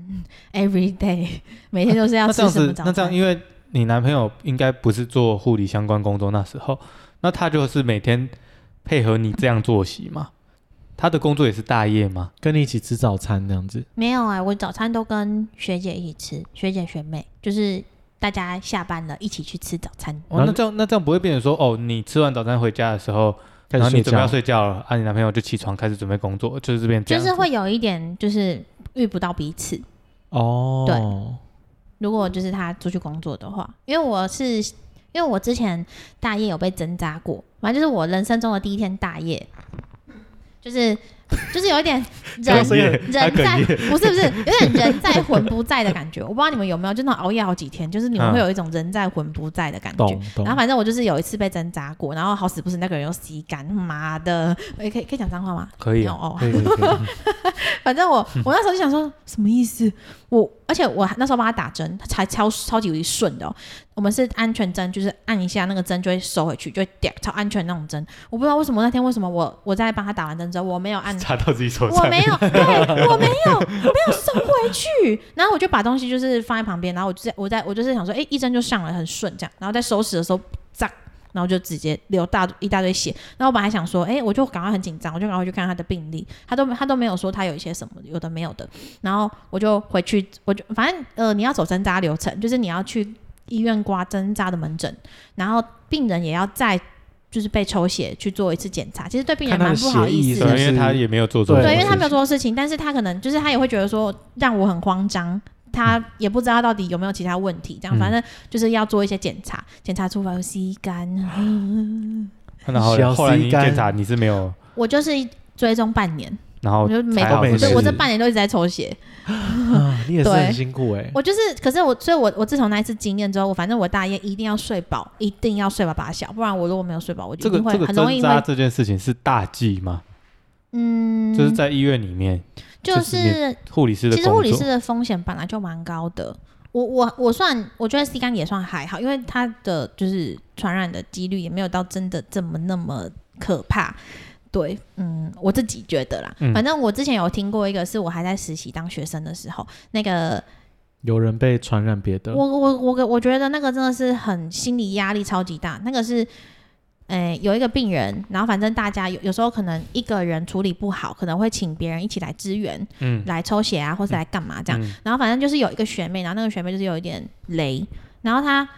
Speaker 3: ，every day，每 [LAUGHS] 天都是要
Speaker 1: 那这
Speaker 3: 吃
Speaker 1: 样
Speaker 3: 什么
Speaker 1: 子
Speaker 3: 早餐。，
Speaker 1: 那这样，因为你男朋友应该不是做护理相关工作，那时候，那他就是每天配合你这样作息嘛？他的工作也是大夜吗？
Speaker 2: 跟你一起吃早餐这样子，
Speaker 3: 没有哎、我早餐都跟学姐一起吃，学姐学妹就是大家下班了一起去吃早餐。
Speaker 1: 哦，
Speaker 2: 然后
Speaker 1: 那这样那这样不会变成说，哦，你吃完早餐回家的时候，
Speaker 2: 开
Speaker 1: 然后
Speaker 2: 始
Speaker 1: 你
Speaker 2: 睡
Speaker 1: 准备要
Speaker 2: 觉。
Speaker 1: 睡觉了，啊，你男朋友就起床开始准备工作，就是这边这
Speaker 3: 就
Speaker 1: 样子
Speaker 3: 是会有一点就是遇不到彼此。
Speaker 2: 哦，
Speaker 3: 对如果就是他出去工作的话，因为我是因为我之前大夜有被挣扎过，反正就是我人生中的第一天大夜，
Speaker 1: [LAUGHS]
Speaker 3: 就是就是有一点人
Speaker 1: 哽咽
Speaker 3: 人
Speaker 1: 他
Speaker 3: 在
Speaker 1: 哽咽
Speaker 3: 不是不是有点人在魂不在的感觉。我不知道你们有没有，就那种熬夜好几天，就是你们
Speaker 1: 嗯
Speaker 3: 会有一种人在魂不在的感觉。
Speaker 2: 懂懂
Speaker 3: 然后。反正我就是有一次被挣扎过，然后好死不死那个人又吸干，妈的！哎、可以可以讲脏话吗？
Speaker 1: 可以啊、
Speaker 3: 哦，
Speaker 2: 可以可以
Speaker 3: [LAUGHS]
Speaker 2: 可以
Speaker 3: 反正我我那时候就想说什么意思？我而且我那时候帮他打针，他才超超级无敌顺的、哦。我们是安全针，就是按一下那个针就会收回去，就会掉，超安全那种针。我不知道为什么那天为什么我我在帮他打完针之后，我没有按
Speaker 1: 插到自己手
Speaker 3: 我
Speaker 1: 上，
Speaker 3: 没有，对我没有，我没有收回去。然后我就把东西就是放在旁边，然后我就在我在我就是想说，哎、一针就上了，很顺这样。然后在收拾的时候，炸，然后就直接流大一大堆血。然后我本来想说，哎、我就赶快很紧张，我就赶快去看他的病历，他都他都没有说他有一些什么有的没有的。然后我就回去，我就反正呃，你要走针扎流程，就是你要去医院挂针扎的门诊，然后病人也要再就是被抽血去做一次检查，其实对病人
Speaker 2: 看他
Speaker 3: 蛮
Speaker 2: 的
Speaker 3: 不好
Speaker 2: 血液
Speaker 3: 意思
Speaker 2: 是
Speaker 3: 的
Speaker 2: 不
Speaker 1: 对，
Speaker 2: 是，
Speaker 1: 因为他也没有做错
Speaker 2: 对
Speaker 1: 什么事
Speaker 3: 对，
Speaker 1: 情，
Speaker 3: 因为他没有做事情，但是他可能就是他也会觉得说让我很慌张，他也不知道到底有没有其他问题，这样、
Speaker 1: 嗯
Speaker 3: 反正就是要做一些检查，检查出来有吸肝，
Speaker 1: 然后
Speaker 2: 小
Speaker 1: 后来你
Speaker 2: C 肝
Speaker 1: 检查你是没有，
Speaker 3: 我就是追踪半年，
Speaker 1: 然后
Speaker 3: 我就每
Speaker 1: 才哦好
Speaker 2: 都没
Speaker 1: 这
Speaker 2: 事
Speaker 3: 对
Speaker 1: 个
Speaker 3: 我这半年都一直在抽血，
Speaker 2: 啊你也是
Speaker 3: 对
Speaker 2: 很辛苦
Speaker 1: 嗯
Speaker 2: 哎。
Speaker 3: 我就是，可是我所以我，我自从那一次经验之后，我反正我大夜一定要睡饱，一定要睡饱把小，不然我如果没有睡饱，我
Speaker 1: 这
Speaker 3: 就一定
Speaker 1: 个
Speaker 3: 会
Speaker 1: 这个
Speaker 3: 很容
Speaker 1: 针
Speaker 3: 易
Speaker 1: 扎
Speaker 3: 会
Speaker 1: 这件事情是大忌吗？
Speaker 3: 嗯，
Speaker 1: 就是在医院里面，
Speaker 3: 就
Speaker 1: 就是你
Speaker 3: 是
Speaker 1: 护理师的
Speaker 3: 其
Speaker 1: 工
Speaker 3: 实
Speaker 1: 作，
Speaker 3: 护理师的风险本来就蛮高的。我我我算，我觉得 C 肝也算还好，因为它的就是传染的几率也没有到真的这么那么可怕。对，嗯，我自己觉得啦。
Speaker 1: 嗯
Speaker 3: 反正我之前有听过一个，是我还在实习当学生的时候，那个
Speaker 2: 有人被传染别
Speaker 1: 嗯
Speaker 2: 的，
Speaker 3: 我我我我觉得那个真的是很心理压力超级大。那个是，诶、有一个病人，然后反正大家有有时候可能一个人处理不好，可能会请别人一起来支援，
Speaker 1: 嗯，
Speaker 3: 来抽血啊，或是来干嘛这样。
Speaker 1: 嗯
Speaker 3: 然后反正就是有一个学妹，然后那个学妹就是有一点雷，然后她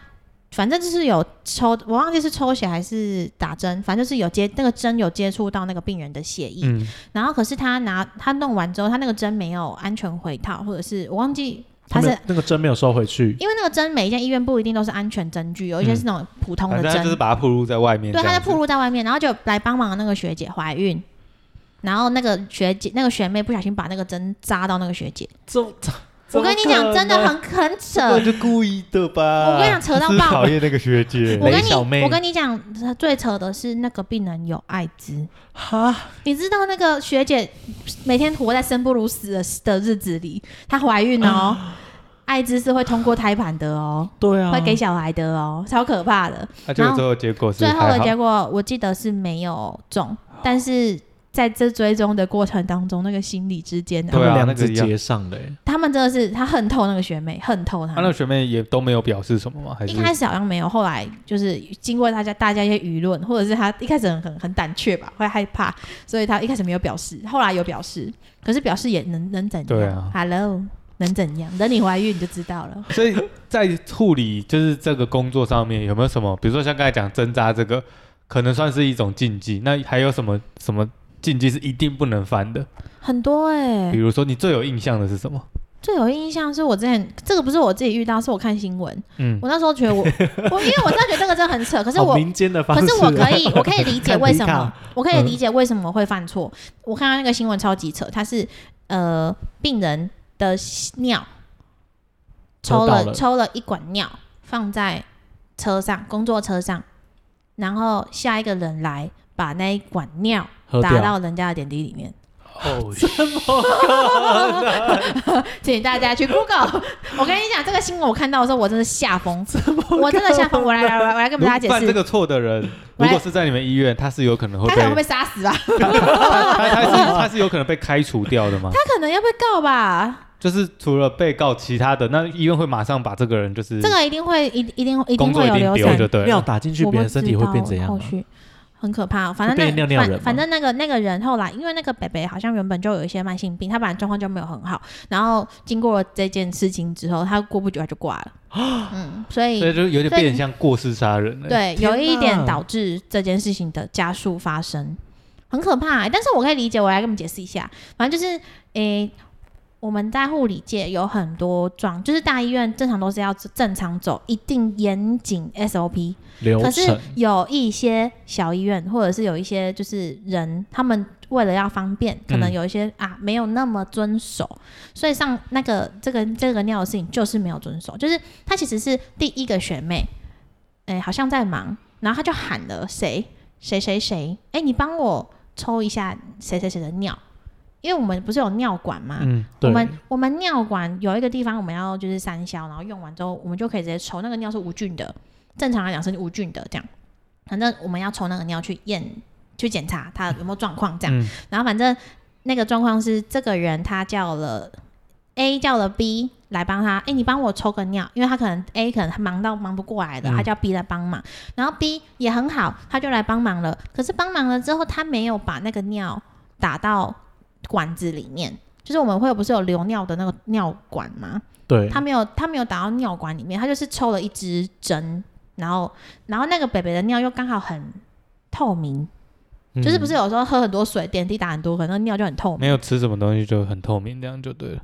Speaker 3: 反正就是有抽，我忘记是抽血还是打针，反正就是有接那个针有接触到那个病人的血液，
Speaker 1: 嗯，
Speaker 3: 然后可是她拿她弄完之后，她那个针没有安全回套，或者是我忘记她
Speaker 2: 他
Speaker 3: 是
Speaker 2: 没有那个针没有收回去，
Speaker 3: 因为那个针每一间医院不一定都是安全针具，有一些是那种普通的
Speaker 1: 嗯反正他
Speaker 3: 针，
Speaker 1: 就是把它暴露在外面，
Speaker 3: 对，
Speaker 1: 这
Speaker 3: 她就
Speaker 1: 样子
Speaker 3: 暴露在外面，然后就来帮忙的那个学姐怀孕。然后那个学姐、那个学妹不小心把那个针扎到那个学姐，
Speaker 2: [LAUGHS] 这
Speaker 3: 我跟你讲，真
Speaker 2: 啊
Speaker 3: 的很很扯。
Speaker 4: 那就故意的吧。
Speaker 3: 我跟你讲扯到
Speaker 4: 是
Speaker 3: 爆
Speaker 4: 讨厌那个学姐。
Speaker 3: 我跟
Speaker 2: 雷小
Speaker 3: 你，
Speaker 2: 妹
Speaker 3: 我跟你讲，最扯的是那个病人有艾滋。
Speaker 2: 哈，
Speaker 3: 你知道那个学姐每天活在生不如死的的日子里，她怀孕哦， [SNIFFS] 艾滋是会通过胎盘的哦，
Speaker 2: 对啊，
Speaker 3: 会给小孩的哦，超可怕的。
Speaker 1: 啊，结果
Speaker 3: 然后
Speaker 1: 最后结果是
Speaker 3: 最后
Speaker 1: 还
Speaker 3: 的
Speaker 1: 好
Speaker 3: 结果我记得是没有中，但是在这追踪的过程当中，那个心理之间
Speaker 2: 他
Speaker 3: 啊，
Speaker 1: 对
Speaker 2: 们
Speaker 1: 啊
Speaker 2: 两
Speaker 1: 那个
Speaker 2: 只
Speaker 1: 一样
Speaker 2: 接上的欸，
Speaker 3: 他们真的是他恨透那个学妹，恨透她
Speaker 1: 啊，那。个学妹也都没有表示什么吗？还是
Speaker 3: 一开始好像没有，后来就是经过大家大家一些舆论，或者是他一开始很很很胆怯吧，会害怕，所以他一开始没有表示，后来有表示，可是表示也能能怎样？
Speaker 1: 对啊
Speaker 3: h e l l o 能怎样？等你怀孕你就知道
Speaker 1: [LAUGHS]
Speaker 3: 了。
Speaker 1: 所以在护理就是这个工作上面有没有什么，比如说像刚才讲针扎这个，可能算是一种禁忌。那还有什么什么禁忌是一定不能犯的？
Speaker 3: 很多哎、
Speaker 1: 比如说你最有印象的是什么？
Speaker 3: 最有印象是我之前这个不是我自己遇到，是我看新闻，
Speaker 1: 嗯，
Speaker 3: 我那时候觉得我我因为我真的觉得这个真的很扯，可是
Speaker 2: 好
Speaker 3: 我
Speaker 2: 民间的方
Speaker 3: 可
Speaker 2: 式
Speaker 3: 是
Speaker 2: 哦，
Speaker 3: 我可
Speaker 2: [LAUGHS]
Speaker 3: 以，我可以理解
Speaker 2: 看
Speaker 3: 为
Speaker 2: 迪
Speaker 3: 什
Speaker 2: 卡
Speaker 3: 么，我可以理解为什么会犯错。我看到那个新闻超级扯，他是呃病人的尿抽
Speaker 2: 抽到
Speaker 3: 了
Speaker 2: 了
Speaker 3: 抽了一管尿放在车上工作车上，然后下一个人来把那一管尿
Speaker 2: 喝
Speaker 3: 打
Speaker 2: 掉
Speaker 3: 到人家的点滴里面，
Speaker 1: 哦，
Speaker 3: [LAUGHS] 请大家去 Google。我跟你讲，这个新闻我看到的时候，我真的吓疯，
Speaker 2: [LAUGHS]
Speaker 3: 我真的吓疯。我来来来，我来跟
Speaker 1: 如
Speaker 3: 大
Speaker 1: 果
Speaker 3: 家解
Speaker 1: 犯这
Speaker 3: 释，
Speaker 1: 个错的人，
Speaker 3: 我
Speaker 1: 如
Speaker 3: 来
Speaker 1: 果是在你们医院，他是有可能会
Speaker 3: 他
Speaker 1: 被
Speaker 3: 可能会被杀死啊吧，
Speaker 1: 他他他是他是有可能被开除掉的吗？
Speaker 3: 他可能要被告吧。
Speaker 1: [LAUGHS] 就是除了被告，其他的那医院会马上把这个人
Speaker 2: 嗯
Speaker 1: 就是
Speaker 3: 这个一定会一一定一
Speaker 1: 工
Speaker 3: 定
Speaker 1: 作
Speaker 3: 会
Speaker 1: 一
Speaker 3: 有
Speaker 1: 定
Speaker 3: 流
Speaker 1: 丢
Speaker 3: 产
Speaker 1: 就，对
Speaker 2: 尿
Speaker 1: 了。
Speaker 2: 打进去，别人身体会变怎样
Speaker 3: 我
Speaker 2: 啊
Speaker 3: 不知道？后续很可怕，反正
Speaker 2: 会变
Speaker 3: 那
Speaker 2: 尿尿人吗
Speaker 3: 反反正那个那个人后来，因为那个北北好像原本就有一些慢性病，他本来状况就没有很好，然后经过了这件事情之后，他过不久他就挂
Speaker 2: [GASPS]
Speaker 3: 了。嗯，所
Speaker 1: 所以
Speaker 3: 以
Speaker 1: 就有点
Speaker 3: 所以
Speaker 1: 变得像过失杀人了。，
Speaker 3: 对，
Speaker 2: 天
Speaker 3: 有一点
Speaker 2: 哪
Speaker 3: 导致这件事情的加速发生，很可怕欸、但是我可以理解，我来跟你们解释一下，反正就是诶。我们在护理界有很多状，就是大医院正常都是要正常走，一定严谨 SOP。
Speaker 2: 流
Speaker 3: 可是
Speaker 2: 程
Speaker 3: 有一些小医院，或者是有一些就是人，他们为了要方便，可能
Speaker 1: 嗯
Speaker 3: 有一些、啊没有那么遵守，所以上那个这个这个尿的事情就是没有遵守，就是他其实是第一个学妹，哎、好像在忙，然后他就喊了谁谁谁谁，哎、你帮我抽一下谁谁谁的尿，因为我们不是有尿管吗？
Speaker 1: 嗯，
Speaker 2: 对
Speaker 3: 我们我们尿管有一个地方我们要就是三消，然后用完之后我们就可以直接抽，那个尿是无菌的，正常来讲是无菌的，这样。反正我们要抽那个尿去验去检查它有没有状况这样。
Speaker 1: 嗯
Speaker 3: 然后反正那个状况是这个人他叫了 A 叫了 B 来帮他，哎、你帮我抽个尿，因为他可能 A 可能他忙到忙不过来了，
Speaker 1: 嗯
Speaker 3: 他叫 B 来帮忙，然后 B 也很好，他就来帮忙了。可是帮忙了之后，他没有把那个尿打到管子里面。就是我们会不是有留尿的那个尿管吗？
Speaker 2: 对
Speaker 3: 他没有，他没有打到尿管里面，他就是抽了一支针，然后，然后那个北北的尿又刚好很透明，就是不是有时候喝很多水，点滴打很多，可能尿就很透
Speaker 1: 嗯没
Speaker 3: 明。
Speaker 1: 有吃什么东西就很透明，这样就对了。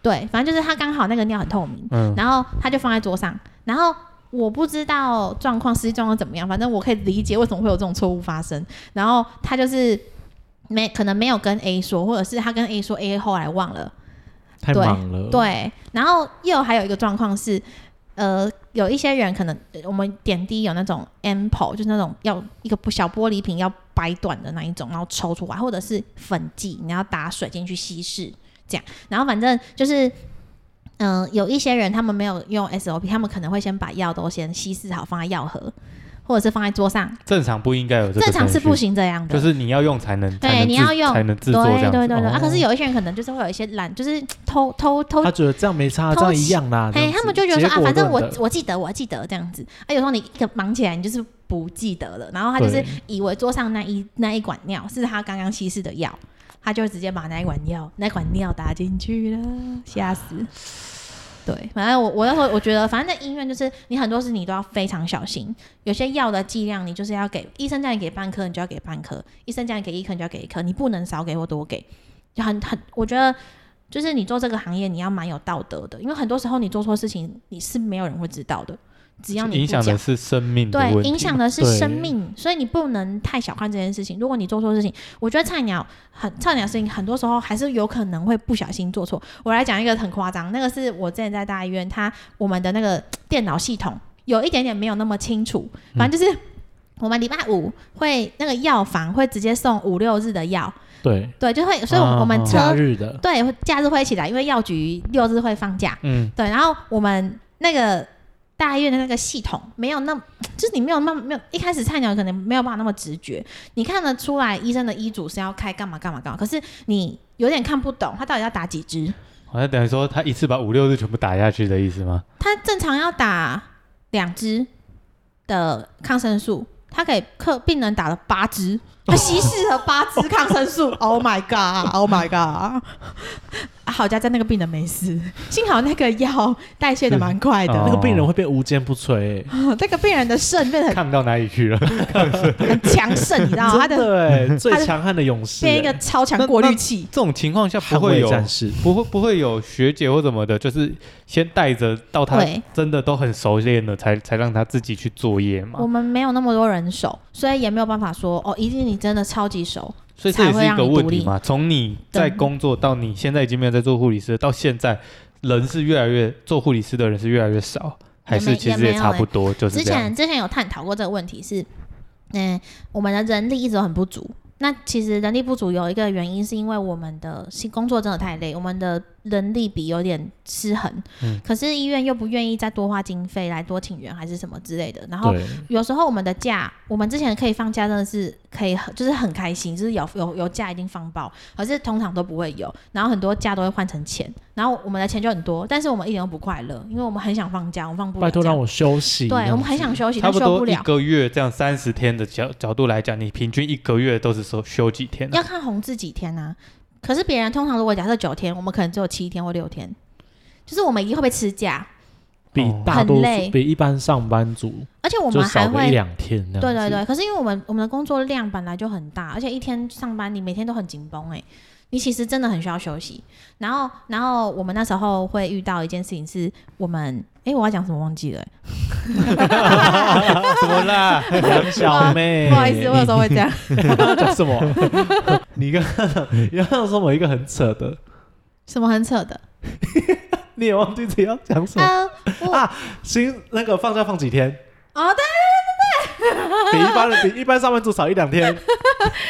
Speaker 3: 对，反正就是他刚好那个尿很透明，
Speaker 1: 嗯，
Speaker 3: 然后他就放在桌上，然后我不知道状况实际状况怎么样，反正我可以理解为什么会有这种错误发生。然后他就是没可能没有跟 A 说，或者是他跟 A 说，A 后来忘了。
Speaker 2: 嗯太
Speaker 3: 对
Speaker 2: 忙了，，
Speaker 3: 对，然后又还有一个状况是，呃，有一些人可能呃我们点滴有那种 ample，就是那种要一个小玻璃瓶要掰断的那一种，然后抽出来，或者是粉剂，你要打水进去稀释这样。然后反正就是。嗯、有一些人他们没有用 SOP，他们可能会先把药都先稀释好，放在药盒，或者是放在桌上。
Speaker 1: 正常不应该有这个
Speaker 3: 正常是不
Speaker 1: 程序，
Speaker 3: 行这样的，
Speaker 1: 就是你要用才能，才能
Speaker 3: 对，你
Speaker 1: 制
Speaker 3: 要用，
Speaker 1: 才能制作这样
Speaker 3: 对对对
Speaker 1: 子。
Speaker 3: 对、啊！
Speaker 2: 哦
Speaker 3: 可是有一些人可能就是会有一些懒，就是偷偷偷
Speaker 2: 他觉得这样没差，
Speaker 3: 偷
Speaker 2: 这样一样啦，这
Speaker 3: 哎，
Speaker 2: 样子
Speaker 3: 他们就觉得说
Speaker 2: 结
Speaker 3: 啊，
Speaker 2: 果
Speaker 3: 反正我
Speaker 2: 论的
Speaker 3: 我记得我记得这样子。啊，有时候你一个忙起来，你就是不记得了，然后他就是
Speaker 2: 对
Speaker 3: 以为桌上那一那一管尿是他刚刚稀释的药，他就直接把那一管药那管尿打进去了，吓死。对，反正我我那时候我觉得，反正在医院就是你很多事你都要非常小心，有些药的剂量你就是要给医生叫你给半颗，你就要给半颗；医生叫你给一颗，你就要给一颗，你不能少给或多给，就很很，我觉得就是你做这个行业你要蛮有道德的，因为很多时候你做错事情你是没有人会知道的，只要你
Speaker 1: 影
Speaker 3: 不讲
Speaker 1: 响的是生命的问
Speaker 3: 对，
Speaker 1: 题，
Speaker 3: 影响的是
Speaker 2: 对
Speaker 3: 生命，所以你不能太小看这件事情。如果你做错事情，我觉得菜鸟很菜鸟事情，很多时候还是有可能会不小心做错。我来讲一个很夸张，那个是我之前在大医院，他我们的那个电脑系统有一点点没有那么清楚，反正就是。我们礼拜五会那个药房会直接送五六日的药，
Speaker 2: 对，
Speaker 3: 对，就会，所以我们我们车、
Speaker 2: 假日的，
Speaker 3: 对假日会一起来，因为药局六日会放假，
Speaker 1: 嗯，
Speaker 3: 对，然后我们那个大医院的那个系统没有那么，就是你没有那么没有一开始菜鸟可能没有办法那么直觉，你看得出来医生的医嘱是要开干嘛干嘛干嘛，可是你有点看不懂他到底要打几支，
Speaker 1: 好像等于说他一次把五六日全部打下去的意思吗？
Speaker 3: 他正常要打两支的抗生素，他给客病人打了八支。他稀释了八支抗生素，Oh my god，Oh my god！好啊家在那个病人没事，幸好那个药代谢的蛮快的，
Speaker 1: 哦
Speaker 2: 那个病人会变无坚不摧，欸
Speaker 3: [LAUGHS] 那个病人的肾变得
Speaker 1: 看不到哪里去了，
Speaker 3: 很很强盛，你知道 [LAUGHS] 吗？他
Speaker 2: 真
Speaker 3: 的
Speaker 2: 的哎，最强悍的勇士
Speaker 3: 变一个
Speaker 2: 哎，
Speaker 3: 超强过滤器。
Speaker 1: [LAUGHS] 这种情况下不
Speaker 2: 捍
Speaker 1: 会
Speaker 2: 卫
Speaker 1: 有
Speaker 2: 战士，
Speaker 1: 不会不会有学姐或怎么的，就是先带着到他
Speaker 3: 对
Speaker 1: 真的都很熟练了，才才让他自己去作业嘛
Speaker 3: 我。们没有那么多人手，所以也没有办法说哦，一定你真的超级熟。
Speaker 1: 所以这也是一个问题
Speaker 3: 才会让
Speaker 1: 嘛。从你在工作到你现在已经没有在做护理师，到现在人是越来越做护理师的人是越来越少，还是其实也差不多，就是
Speaker 3: 之
Speaker 1: 这样
Speaker 3: 欸前。之前有探讨过这个问题是，嗯、我们的人力一直都很不足。那其实人力不足有一个原因，是因为我们的新工作真的太累，我们的人力比有点失衡。
Speaker 1: 嗯
Speaker 3: 可是医院又不愿意再多花经费来多请人，还是什么之类的。然后
Speaker 2: 对，
Speaker 3: 有时候我们的假，我们之前可以放假，真的是可以很，就是很开心，就是有有有假一定放爆，可是通常都不会有，然后很多假都会换成钱，然后我们的钱就很多，但是我们一点都不快乐，因为我们很想放假，我们放不了假。
Speaker 2: 拜托让我休息，
Speaker 3: 对，我们很想休息，
Speaker 1: 差
Speaker 3: 但
Speaker 1: 不
Speaker 3: 休不
Speaker 1: 多一
Speaker 3: 了。
Speaker 1: 个月这样三十天的角角度来讲，你平均一个月都是说休几天、啊
Speaker 3: 要？看红字几天啊？可是别人通常如果假设九天，我们可能只有七天或六天，就是我们一定会被吃假，
Speaker 2: 比
Speaker 1: 哦
Speaker 2: 大
Speaker 3: 很
Speaker 2: 多
Speaker 3: 累
Speaker 2: 数比一般上班族
Speaker 3: 而且我
Speaker 2: 就
Speaker 3: 们还
Speaker 2: 少了一
Speaker 3: 会。
Speaker 2: 两天那样子，
Speaker 3: 对对对，可是因为我们我们的工作量本来就很大，而且一天上班你每天都很紧绷哎，你其实真的很需要休息。然后然后我们那时候会遇到一件事情是，我们哎我要讲什么忘记了欸、
Speaker 1: [LAUGHS] 怎么啦？
Speaker 2: 杨小妹，
Speaker 3: 不好意思，我有时候会这样。
Speaker 2: 讲什么？ [LAUGHS] 你刚刚你刚刚说某一个很扯的，
Speaker 3: 什么很扯的？
Speaker 2: [LAUGHS] 你也忘记自己要讲什么？
Speaker 3: 呃，我
Speaker 2: 啊新那个放假放几天？
Speaker 3: 哦
Speaker 2: [LAUGHS] 比一般人比一般上班族少一两天，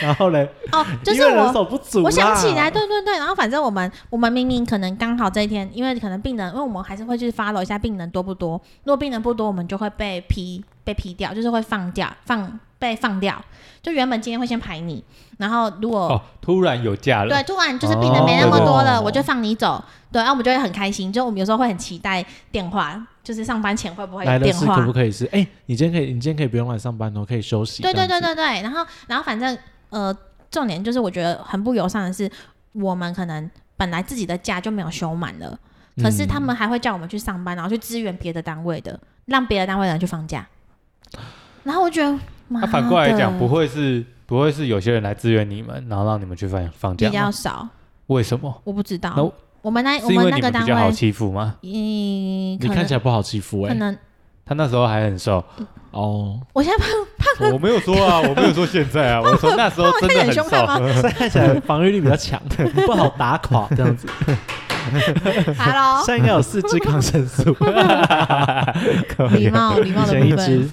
Speaker 2: 然后嘞，[LAUGHS]
Speaker 3: 对哦，就是
Speaker 2: 因为人
Speaker 3: 我
Speaker 2: 手不足啦，
Speaker 3: 我想起来，对对对，然后反正我们我们明明可能刚好这一天，因为可能病人，因为我们还是会去 follow 一下病人多不多。如果病人不多，我们就会被批被批掉，就是会放假放被放掉。就原本今天会先排你，然后如果、
Speaker 1: [LAUGHS] 哦，突然有假了
Speaker 3: 对，，突然就是病人没那么
Speaker 2: 哦
Speaker 3: 多了，
Speaker 2: 对对
Speaker 3: 我就放你走。对，然后我们就会很开心，就我们有时候会很期待电话，就是上班前会不会
Speaker 2: 来
Speaker 3: 有
Speaker 2: 的
Speaker 3: 电
Speaker 2: 是
Speaker 3: 话？
Speaker 2: 可不可以是？哎，你今天可以，你今天可以不用来上班哦，可以休息。
Speaker 3: 对对
Speaker 2: 这
Speaker 3: 对
Speaker 2: 样子，
Speaker 3: 对对，然后然后反正呃，重点就是我觉得很不友善的是，我们可能本来自己的假就没有休满了，
Speaker 2: 嗯
Speaker 3: 可是他们还会叫我们去上班，然后去支援别的单位的，让别的单位的人去放假。然后我觉得，
Speaker 1: 那、
Speaker 3: 妈
Speaker 1: 反过来
Speaker 3: 的
Speaker 1: 讲，不会是不会是有些人来支援你们，然后让你们去放放假
Speaker 3: 比
Speaker 1: 吗
Speaker 3: 较？少，
Speaker 1: 为什么？
Speaker 3: 我不知道。
Speaker 1: 那
Speaker 3: 嗯我们那我
Speaker 1: 是因为
Speaker 3: 那
Speaker 1: 你
Speaker 3: 个
Speaker 1: 们比
Speaker 3: 单
Speaker 1: 较好
Speaker 3: 位，
Speaker 1: 欺负吗？
Speaker 3: 嗯，
Speaker 2: 你
Speaker 3: 可
Speaker 2: 看
Speaker 3: 能
Speaker 2: 起来不好欺负
Speaker 3: 可
Speaker 2: 哎。
Speaker 3: 能，
Speaker 1: 他那时候还很瘦，
Speaker 2: 哦，
Speaker 3: 我现在
Speaker 2: [LAUGHS]
Speaker 1: 我没有说啊，我没有说现在啊，我说那时候真的很
Speaker 3: 凶悍
Speaker 1: 瘦。
Speaker 3: 吗
Speaker 2: 所以看起来防御力比较强，不好打垮这样子。
Speaker 3: Hello，
Speaker 2: [LAUGHS] 现在应该有四支抗生
Speaker 3: [LAUGHS]
Speaker 2: 素， [LAUGHS]
Speaker 3: 礼貌礼貌
Speaker 2: 以
Speaker 3: 的
Speaker 2: 前一
Speaker 3: 部分。
Speaker 2: 支。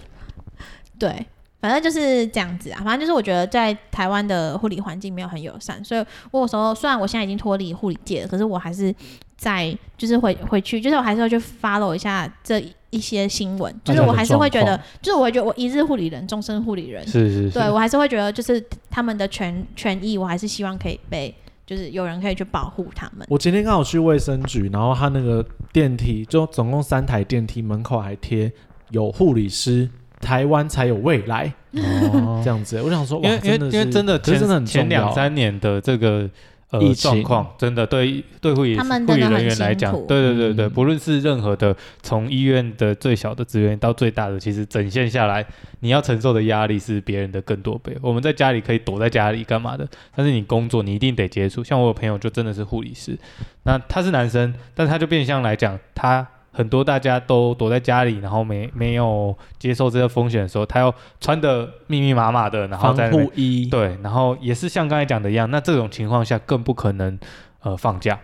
Speaker 3: 对，反正就是这样子啊。反正就是我觉得在台湾的护理环境没有很友善，所以我有时候虽然我现在已经脱离护理界了，可是我还是在就是回回去，就是我还是会去 follow 一下这一些新闻，就是我还是会觉
Speaker 2: 大家的
Speaker 3: 得，就是我会觉得我一日护理人，终身护理
Speaker 1: [LAUGHS]
Speaker 3: 人，
Speaker 1: 是是是
Speaker 3: 对，我还是会觉得就是他们的权权益，我还是希望可以被就是有人可以去保护他们。
Speaker 2: 我今天刚好去卫生局，然后他那个电梯就总共三台电梯，门口还贴有护理师，台湾才有未来、
Speaker 1: 哦
Speaker 2: 这样子。我想说，
Speaker 1: 因
Speaker 2: 哇
Speaker 1: 为因为因为真的
Speaker 2: 的是可是
Speaker 1: 前
Speaker 2: 真的很重要啊
Speaker 1: 前两三年的这个呃
Speaker 2: 疫情
Speaker 1: 状况，真的对对护理
Speaker 3: 他们
Speaker 1: 护理
Speaker 3: 真的很
Speaker 1: 人员来讲
Speaker 3: 辛苦，
Speaker 1: 对对对对，
Speaker 2: 嗯
Speaker 1: 不论是任何的从医院的最小的资源到最大的，其实整线下来，你要承受的压力是别人的更多倍。我们在家里可以躲在家里干嘛的，但是你工作你一定得接触。像我有朋友就真的是护理师，那他是男生，但他就变相来讲他。很多大家都躲在家里，然后没没有接受这些风险的时候，他要穿的密密麻麻的，然后
Speaker 2: 防
Speaker 1: 在那边
Speaker 2: 护衣，
Speaker 1: 对，然后也是像刚才讲的一样，那这种情况下更不可能呃放假，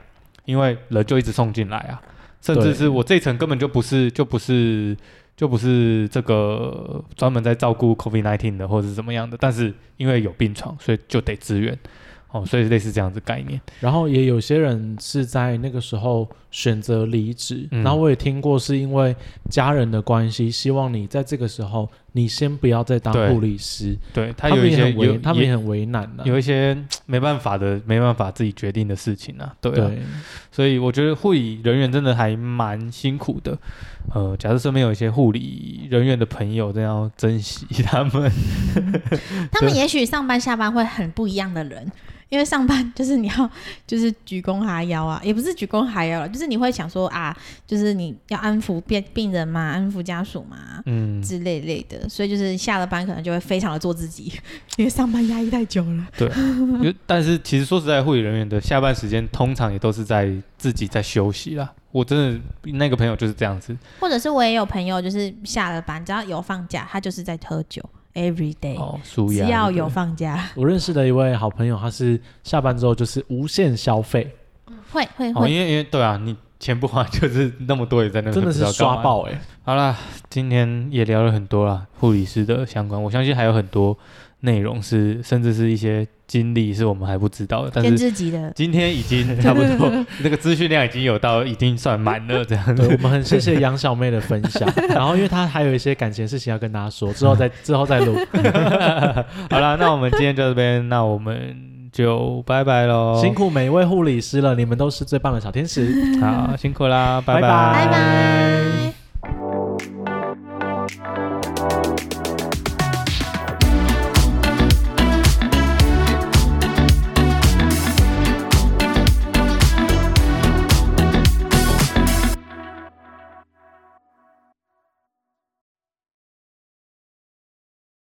Speaker 1: 因为人就一直送进来啊，甚
Speaker 2: 对
Speaker 1: 至是我这一层根本就不是就不是就不是这个专门在照顾 COVID 1 9的或者是怎么样的，但是因为有病床，所以就得支援哦，所以类似这样子概念，
Speaker 2: 然后也有些人是在那个时候选择离职，
Speaker 1: 嗯
Speaker 2: 然后我也听过是因为家人的关系，希望你在这个时候你先不要再当
Speaker 1: 对
Speaker 2: 护理师，
Speaker 1: 对他
Speaker 2: 他
Speaker 1: 有
Speaker 2: 们
Speaker 1: 一
Speaker 2: 也
Speaker 1: 些
Speaker 2: 很
Speaker 1: 有
Speaker 2: 为他们也很为难啊的、
Speaker 1: 有一些没办法的没办法自己决定的事情啊，对啊
Speaker 2: 对
Speaker 1: 所以我觉得护理人员真的还蛮辛苦的。呃，假设身边有一些护理人员的朋友，真的要珍惜他们。
Speaker 3: 他们也许上班下班会很不一样的人，因为上班就是你要 [LAUGHS] 就是鞠躬哈腰啊，也不是鞠躬哈腰了，就是你会想说啊，就是你要安抚病病人嘛，安抚家属嘛
Speaker 1: [LAUGHS] 嗯，
Speaker 3: 之类类的，所以就是下了班可能就会非常的做自己， [LAUGHS] 因为上班压抑太久了。
Speaker 1: 因为但是其实说实在，护理人员的下班时间通常也都是在自己在休息啦。我真的那个朋友就是这样子
Speaker 3: 或者是我也有朋友，就是下了班只要有放假，他就是在喝酒，every
Speaker 2: 嗯
Speaker 3: day，、
Speaker 1: 哦，舒
Speaker 3: 只
Speaker 1: 压
Speaker 3: 要
Speaker 1: 对不对
Speaker 3: 有放假，
Speaker 2: 我认识的一位好朋友，他是下班之后就是无限消费，
Speaker 3: 会会
Speaker 1: 哦，
Speaker 3: 会，
Speaker 1: 因为因为对啊，你钱不花就是那么多也在那边
Speaker 2: 真的是
Speaker 1: [LAUGHS] 不知道干
Speaker 2: 刷。
Speaker 1: 嘛
Speaker 2: 爆哎、
Speaker 1: 好啦，今天也聊了很多啦，护理师的相关，我相信还有很多内容是，甚至是一些经历是我们还不知道的，但是
Speaker 3: 编制级的，
Speaker 1: 今天已经差不多，那个资讯量已经有到已经算满
Speaker 2: [LAUGHS]
Speaker 1: 了这样
Speaker 2: 对，
Speaker 1: 子。
Speaker 2: 我们很谢谢杨小妹的分
Speaker 1: [LAUGHS]
Speaker 2: 享，然后因为她还有一些感情的事情要跟大家说，之后再之后再录，
Speaker 1: 好了，那我们今天就到这边，那我们就拜拜喽，
Speaker 2: 辛，苦每一位护理师了，你们都是最棒的小天使。
Speaker 1: 好辛苦啦，拜
Speaker 2: 拜拜
Speaker 3: 拜拜。